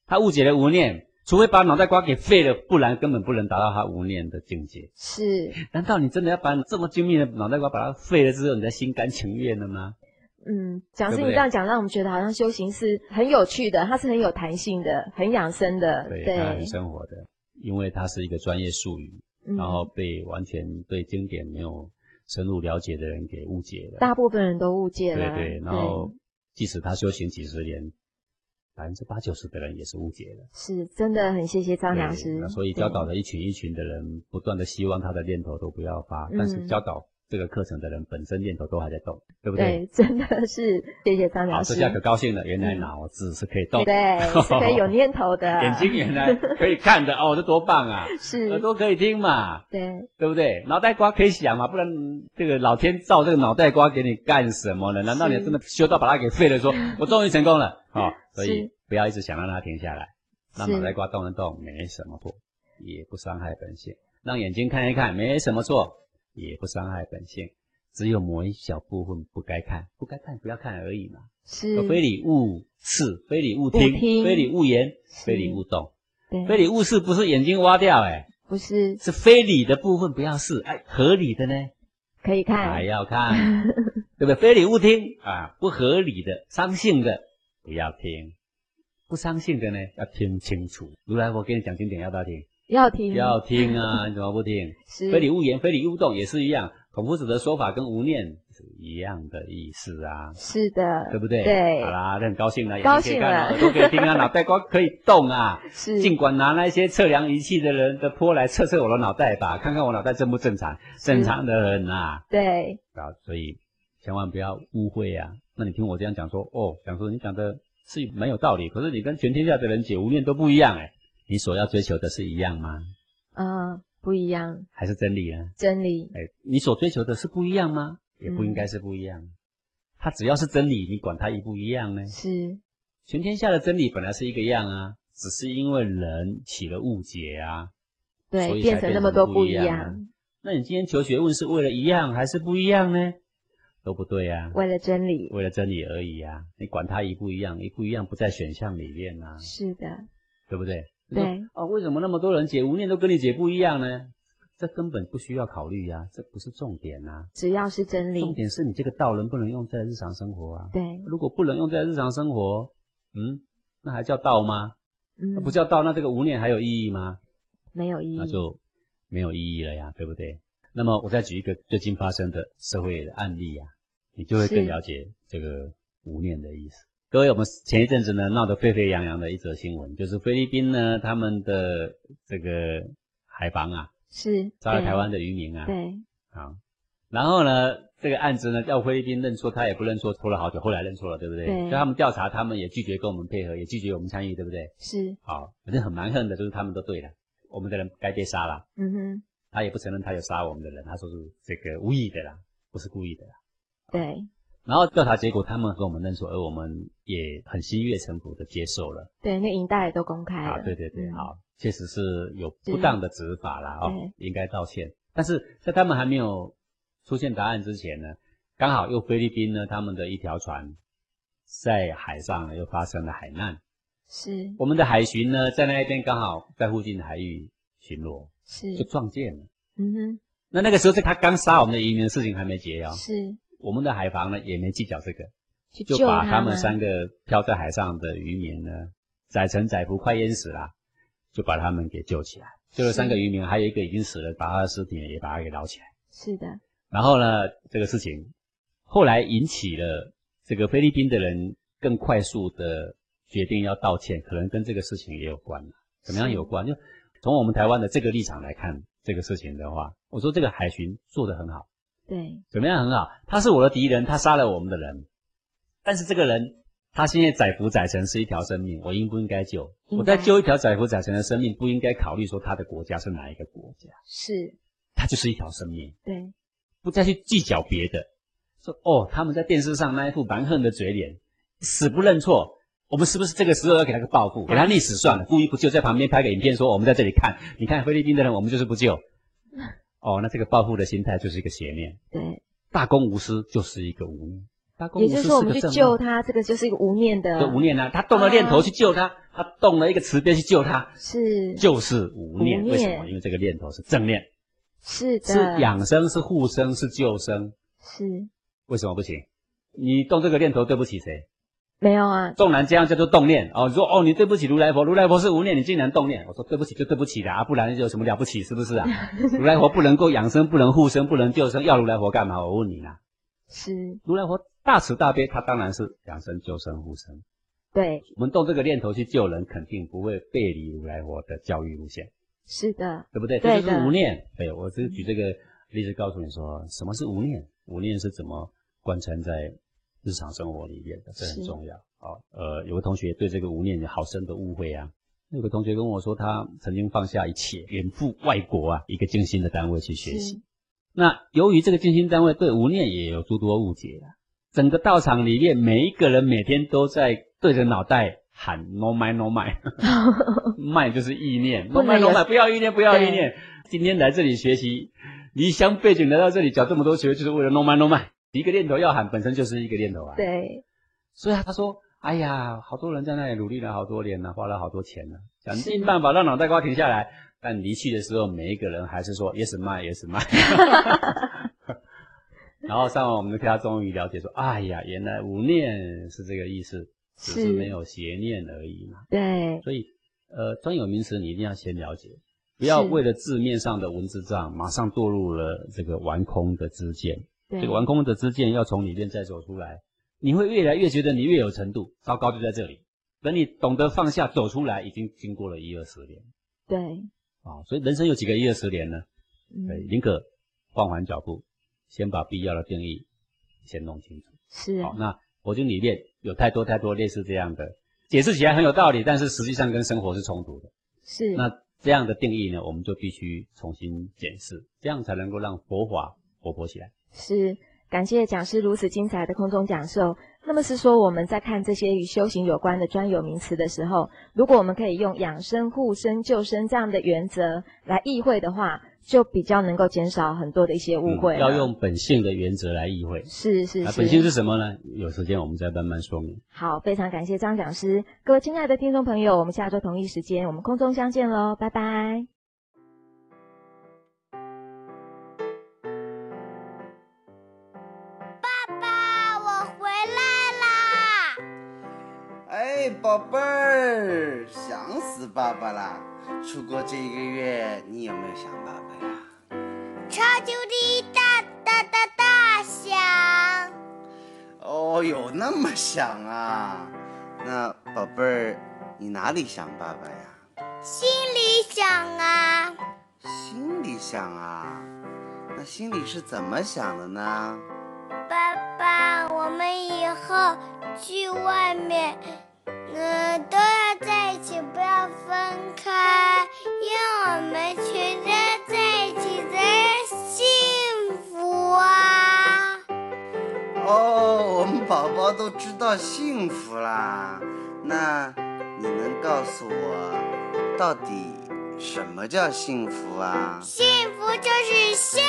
[SPEAKER 2] 他误解了无念，除非把脑袋瓜给废了，不然根本不能达到他无念的境界。
[SPEAKER 1] 是，
[SPEAKER 2] 难道你真的要把这么精密的脑袋瓜把它废了之后，你才心甘情愿了吗？
[SPEAKER 1] 嗯，讲师
[SPEAKER 2] 对不
[SPEAKER 1] 你
[SPEAKER 2] 对
[SPEAKER 1] 这样讲，让我们觉得好像修行是很有趣的，它是很有弹性的，很养生的，
[SPEAKER 2] 对，他
[SPEAKER 1] 对
[SPEAKER 2] 很，生活的，因为它是一个专业术语，
[SPEAKER 1] 嗯
[SPEAKER 2] 然后被完全对经典没有深入了解的人给误解了。
[SPEAKER 1] 大部分人都误解
[SPEAKER 2] 对
[SPEAKER 1] 了，
[SPEAKER 2] 对，然后即使他修行几十年，百分之八九十的人也是误解的。
[SPEAKER 1] 是真的很谢谢张良
[SPEAKER 2] 对
[SPEAKER 1] 师
[SPEAKER 2] 那，所以教导
[SPEAKER 1] 对
[SPEAKER 2] 了一群一群的人，不断的希望他的念头都不要发，但是
[SPEAKER 1] 嗯
[SPEAKER 2] 教导这个课程的人本身念头都还在动，对不对？
[SPEAKER 1] 对，真的是谢谢张
[SPEAKER 2] 好，
[SPEAKER 1] 良
[SPEAKER 2] 这
[SPEAKER 1] 师，
[SPEAKER 2] 下可高兴了，原来
[SPEAKER 1] 嗯
[SPEAKER 2] 脑子是可以动，
[SPEAKER 1] 对，是可以有念头的，
[SPEAKER 2] 眼睛原来可以看的哦，这多棒啊！
[SPEAKER 1] 是
[SPEAKER 2] 耳，朵可以听嘛，
[SPEAKER 1] 对，
[SPEAKER 2] 对不对？脑袋瓜可以想嘛，不然这个老天造这个脑袋瓜给你干什么呢？难道你真的修到把它给 废了说？我终于成功了哦！所以
[SPEAKER 1] 是
[SPEAKER 2] 不要一直想让它停下来，让
[SPEAKER 1] 是
[SPEAKER 2] 脑袋瓜动一动没什么错，也不伤害本性；让眼睛看一看没什么错，也不伤害本性。只有某一小部分不该看，不该看不要看而已嘛。
[SPEAKER 1] 是，
[SPEAKER 2] 哦非礼勿视，非礼勿
[SPEAKER 1] 勿
[SPEAKER 2] 听，
[SPEAKER 1] 听
[SPEAKER 2] 非礼勿言，
[SPEAKER 1] 是
[SPEAKER 2] 非礼勿动。非
[SPEAKER 1] 对，
[SPEAKER 2] 礼勿视不是眼睛挖掉、欸，
[SPEAKER 1] 不是
[SPEAKER 2] 是非礼的部分不要试，哎，合理的呢
[SPEAKER 1] 可以
[SPEAKER 2] 还
[SPEAKER 1] 看，
[SPEAKER 2] 要看， 对不对？非礼勿听啊，不合理的、伤性的不要听，不伤性的呢要听清楚。如来佛给你讲经典，要不要听？
[SPEAKER 1] 要听，
[SPEAKER 2] 要听 啊，你怎么不听？
[SPEAKER 1] 嗯是
[SPEAKER 2] 非礼勿言，非礼勿动也是一样。孔夫子的说法跟无念是一样的意思啊，
[SPEAKER 1] 是的，
[SPEAKER 2] 对不对？
[SPEAKER 1] 对
[SPEAKER 2] 好，啦，那很高兴了，
[SPEAKER 1] 高兴了
[SPEAKER 2] 都可 以听啊，脑袋瓜可以动啊。
[SPEAKER 1] 是
[SPEAKER 2] 尽管拿那些测量仪器的人的坡来测测我的脑袋吧，看看我脑袋正不正常，正常的很呐、
[SPEAKER 1] 对，
[SPEAKER 2] 啊。所以千万不要误会啊。那你听我这样讲说，哦，讲说你讲的是蛮有道理，可是你跟全天下的人解无念都不一样哎、你所要追求的是一样吗？
[SPEAKER 1] 嗯，不一样，
[SPEAKER 2] 还是真理呢？
[SPEAKER 1] 真理
[SPEAKER 2] 哎，你所追求的是不一样吗？也不应该是不一样。它只要是真理，你管它一不一样呢？
[SPEAKER 1] 是，
[SPEAKER 2] 全天下的真理本来是一个样啊，只是因为人起了误解啊，所
[SPEAKER 1] 对，
[SPEAKER 2] 以才
[SPEAKER 1] 变成那么多不
[SPEAKER 2] 不
[SPEAKER 1] 一
[SPEAKER 2] 样啊。
[SPEAKER 1] 样，
[SPEAKER 2] 那你今天求学问是为了一样还是不一样呢？都不对啊，
[SPEAKER 1] 为了真理，
[SPEAKER 2] 为了真理而已啊！你管它一不一样，一不一样不在选项里面啊，
[SPEAKER 1] 是的，
[SPEAKER 2] 对不对？
[SPEAKER 1] 对
[SPEAKER 2] 你说哦，为什么那么多人解无念都跟你解不一样呢？这根本不需要考虑啊，这不是重点啊。
[SPEAKER 1] 只要是真
[SPEAKER 2] 重
[SPEAKER 1] 理，
[SPEAKER 2] 点是你这个道能不能用在日常生活啊？
[SPEAKER 1] 对，
[SPEAKER 2] 如果不能用在日常生活，嗯，那还叫道吗？那
[SPEAKER 1] 嗯
[SPEAKER 2] 啊不，叫道，那这个无念还有意义吗？
[SPEAKER 1] 没有意
[SPEAKER 2] 那
[SPEAKER 1] 义，
[SPEAKER 2] 就没有意义了呀，对不对？那么我再举一个最近发生的社会的案例呀、你就会
[SPEAKER 1] 是
[SPEAKER 2] 更了解这个无念的意思。各位，我们前一阵子呢闹得沸沸扬扬的一则新闻，就是菲律宾呢他们的这个海防啊
[SPEAKER 1] 是，
[SPEAKER 2] 杀了
[SPEAKER 1] 对
[SPEAKER 2] 台，湾的渔民啊，
[SPEAKER 1] 对，
[SPEAKER 2] 啊，然后呢这个案子呢要菲律宾认错，他也不认错，拖了好久，后来认错了，对不对？
[SPEAKER 1] 对
[SPEAKER 2] 就他们调查，他们也拒绝跟我们配合，也拒绝我们参与，对不对？
[SPEAKER 1] 是，
[SPEAKER 2] 好，反正很蛮横的，就是他们都对了，我们的人该被杀了。
[SPEAKER 1] 嗯哼，
[SPEAKER 2] 他也不承认他有杀我们的人，他说是这个无意的啦，不是故意的啦。
[SPEAKER 1] 对，
[SPEAKER 2] 然后调查结果，他们和我们认错，而我们也很心悦诚服的接受了。
[SPEAKER 1] 对，那银带也都公开
[SPEAKER 2] 啊，
[SPEAKER 1] 了，
[SPEAKER 2] 对对对，
[SPEAKER 1] 嗯，
[SPEAKER 2] 好，确实是有不当的执法啦，哦
[SPEAKER 1] 对，
[SPEAKER 2] 应该道歉。但是在他们还没有出现答案之前呢，刚好又菲律宾呢，他们的一条船在海上呢又发生了海难，
[SPEAKER 1] 是，
[SPEAKER 2] 我们的海巡呢，在那一边刚好在附近的海域巡逻，就是撞见了。
[SPEAKER 1] 嗯
[SPEAKER 2] 那那个时候，这他刚杀我们的渔民的事情还没结啊
[SPEAKER 1] 哼，，是
[SPEAKER 2] 我们的海防呢也没计较这个，
[SPEAKER 1] 去
[SPEAKER 2] 就
[SPEAKER 1] 救
[SPEAKER 2] 把他们
[SPEAKER 1] 们
[SPEAKER 2] 三个漂在海上的渔民呢，载沉载浮，快淹死了，就把他们给救起来。救了三个渔民，还有一个已经死了，把他的尸体也把他给捞起来。
[SPEAKER 1] 是的，
[SPEAKER 2] 然后呢，这个事情后来引起了这个菲律宾的人更快速的决定要道歉，可能跟这个事情也有关了。怎么样有关？就从我们台湾的这个立场来看这个事情的话，我说这个海巡做得很好。
[SPEAKER 1] 对，
[SPEAKER 2] 怎么样很好？他是我的敌人，他杀了我们的人，但是这个人他现在载浮载沉是一条生命，我应不应该救？
[SPEAKER 1] 应该
[SPEAKER 2] 我在救一条载浮载沉的生命，不应该考虑说他的国家是哪一个国家，
[SPEAKER 1] 是，
[SPEAKER 2] 他就是一条生命，
[SPEAKER 1] 对，
[SPEAKER 2] 不再去计较别的。说哦，他们在电视上那一副蛮横的嘴脸，死不认错。我们是不是这个时候要给他个报复，给他历史算了，故意不救，在旁边拍个影片说我们在这里看，你看菲律宾的人，我们就是不救。哦，那这个报复的心态就是一个邪念。
[SPEAKER 1] 对，
[SPEAKER 2] 大公无私就是一个无念，大公
[SPEAKER 1] 也
[SPEAKER 2] 无
[SPEAKER 1] 就
[SPEAKER 2] 私
[SPEAKER 1] 是说我们去
[SPEAKER 2] 个正
[SPEAKER 1] 救
[SPEAKER 2] 念
[SPEAKER 1] 他，这个就是一个无念的
[SPEAKER 2] 这，无念啊，他动了念头去救
[SPEAKER 1] 啊
[SPEAKER 2] 他，他动了一个慈悲去救他，
[SPEAKER 1] 是
[SPEAKER 2] 就是无念。
[SPEAKER 1] 无念
[SPEAKER 2] 为什么？因为这个念头是正念，
[SPEAKER 1] 是的，
[SPEAKER 2] 是养生，是护生，是救生。
[SPEAKER 1] 是
[SPEAKER 2] 为什么不行？你动这个念头，对不起谁？
[SPEAKER 1] 没有啊，
[SPEAKER 2] 纵然这样叫做动念哦，你说哦，你对不起如来佛，如来佛是无念，你竟然动念，我说对不起就对不起啦，啊，不然有什么了不起，是不 是啊？如来佛不能够养生，不能护生，不能救生，要如来佛干嘛？我问你啦，
[SPEAKER 1] 是
[SPEAKER 2] 如来佛大慈大悲，他当然是养生、救生、护生。
[SPEAKER 1] 对，
[SPEAKER 2] 我们动这个念头去救人，肯定不会背离如来佛的教育路线，
[SPEAKER 1] 是的，
[SPEAKER 2] 对不对？
[SPEAKER 1] 对的
[SPEAKER 2] 这就是无念。对，我只是举这个例子告诉你说，什么是无念？无念是怎么贯穿在日常生活里面的，这
[SPEAKER 1] 是
[SPEAKER 2] 很重要。好，呃，有个同学对这个无念有好深的误会啊。有个同学跟我说，他曾经放下一切，远赴外国啊，一个静心的单位去学习
[SPEAKER 1] 是。
[SPEAKER 2] 那由于这个静心单位对无念也有诸多误解啊，整个道场里面每一个人每天都在对着脑袋喊 “no my no my”，卖就是意念
[SPEAKER 1] 不
[SPEAKER 2] ，no
[SPEAKER 1] 能
[SPEAKER 2] my
[SPEAKER 1] 有
[SPEAKER 2] no my，不要意念，不要
[SPEAKER 1] 对
[SPEAKER 2] 意念。今天来这里学习，离乡背景来到这里缴这么多学费，就是为了 no my no my。一个念头要喊，本身就是一个念头啊。。
[SPEAKER 1] 对，
[SPEAKER 2] 所以他说：“哎呀，好多人在那里努力了好多年了、花了好多钱了、想
[SPEAKER 1] 是
[SPEAKER 2] 尽办法让脑袋瓜停下来。但离去的时候，每一个人还是说 yes my yes my。然后上完我们的课，他终于了解说：哎呀，原来无念是这个意思，只是没有邪念而已嘛。
[SPEAKER 1] 对，
[SPEAKER 2] 所以，呃，专有名词你一定要先了解，不要
[SPEAKER 1] 是
[SPEAKER 2] 为了字面上的文字障，马上堕入了这个玩空的知见。
[SPEAKER 1] 对
[SPEAKER 2] 这个，完工的之剑要从里面再走出来，你会越来越觉得你越有程度。糟糕，就在这里。等你懂得放下走出来，已经经过了一二十年
[SPEAKER 1] 对，
[SPEAKER 2] 啊、所以人生有几个一二十年呢？对，
[SPEAKER 1] 嗯，
[SPEAKER 2] 宁可放缓脚步，先把必要的定义先弄清楚。
[SPEAKER 1] 是
[SPEAKER 2] 好、那佛经里面有太多太多类似这样的解释起来很有道理，但是实际上跟生活是冲突的。
[SPEAKER 1] 是，
[SPEAKER 2] 那这样的定义呢，我们就必须重新检视，这样才能够让佛法活泼起来。
[SPEAKER 1] 是，感谢讲师如此精彩的空中讲授。那么是说，我们在看这些与修行有关的专有名词的时候，如果我们可以用养生、护生、救生这样的原则来意会的话，就比较能够减少很多的一些误会
[SPEAKER 2] 嗯
[SPEAKER 1] 了、
[SPEAKER 2] 要用本性的原则来意会。
[SPEAKER 1] 是是
[SPEAKER 2] 啊
[SPEAKER 1] 是，
[SPEAKER 2] 本性是什么呢？有时间我们再慢慢说明。
[SPEAKER 1] 好，非常感谢张讲师。各位亲爱的听众朋友，我们下周同一时间我们空中相见喽，拜拜。
[SPEAKER 6] 爸，我回来啦！
[SPEAKER 7] 哎，宝贝儿，想死爸爸啦！出国这一个月，你有没有想爸爸呀？
[SPEAKER 6] 超级无敌大大大大响，
[SPEAKER 7] 哦，有那么想啊？那宝贝儿，你哪里想爸爸呀？
[SPEAKER 6] 心里想啊，
[SPEAKER 7] 心里想啊？那心里是怎么想的呢？
[SPEAKER 6] 爸爸，我们以后去外面，嗯、都要在一起，不要分开，因为我们全家在一起才幸福啊！
[SPEAKER 7] 哦，我们宝宝都知道幸福啦。那你能告诉我，到底什么叫幸福啊？
[SPEAKER 6] 幸福就是心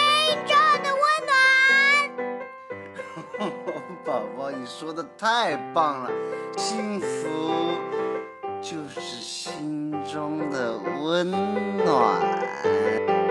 [SPEAKER 6] 中的温暖。
[SPEAKER 7] 宝宝，你说的太棒了，幸福就是心中的温暖。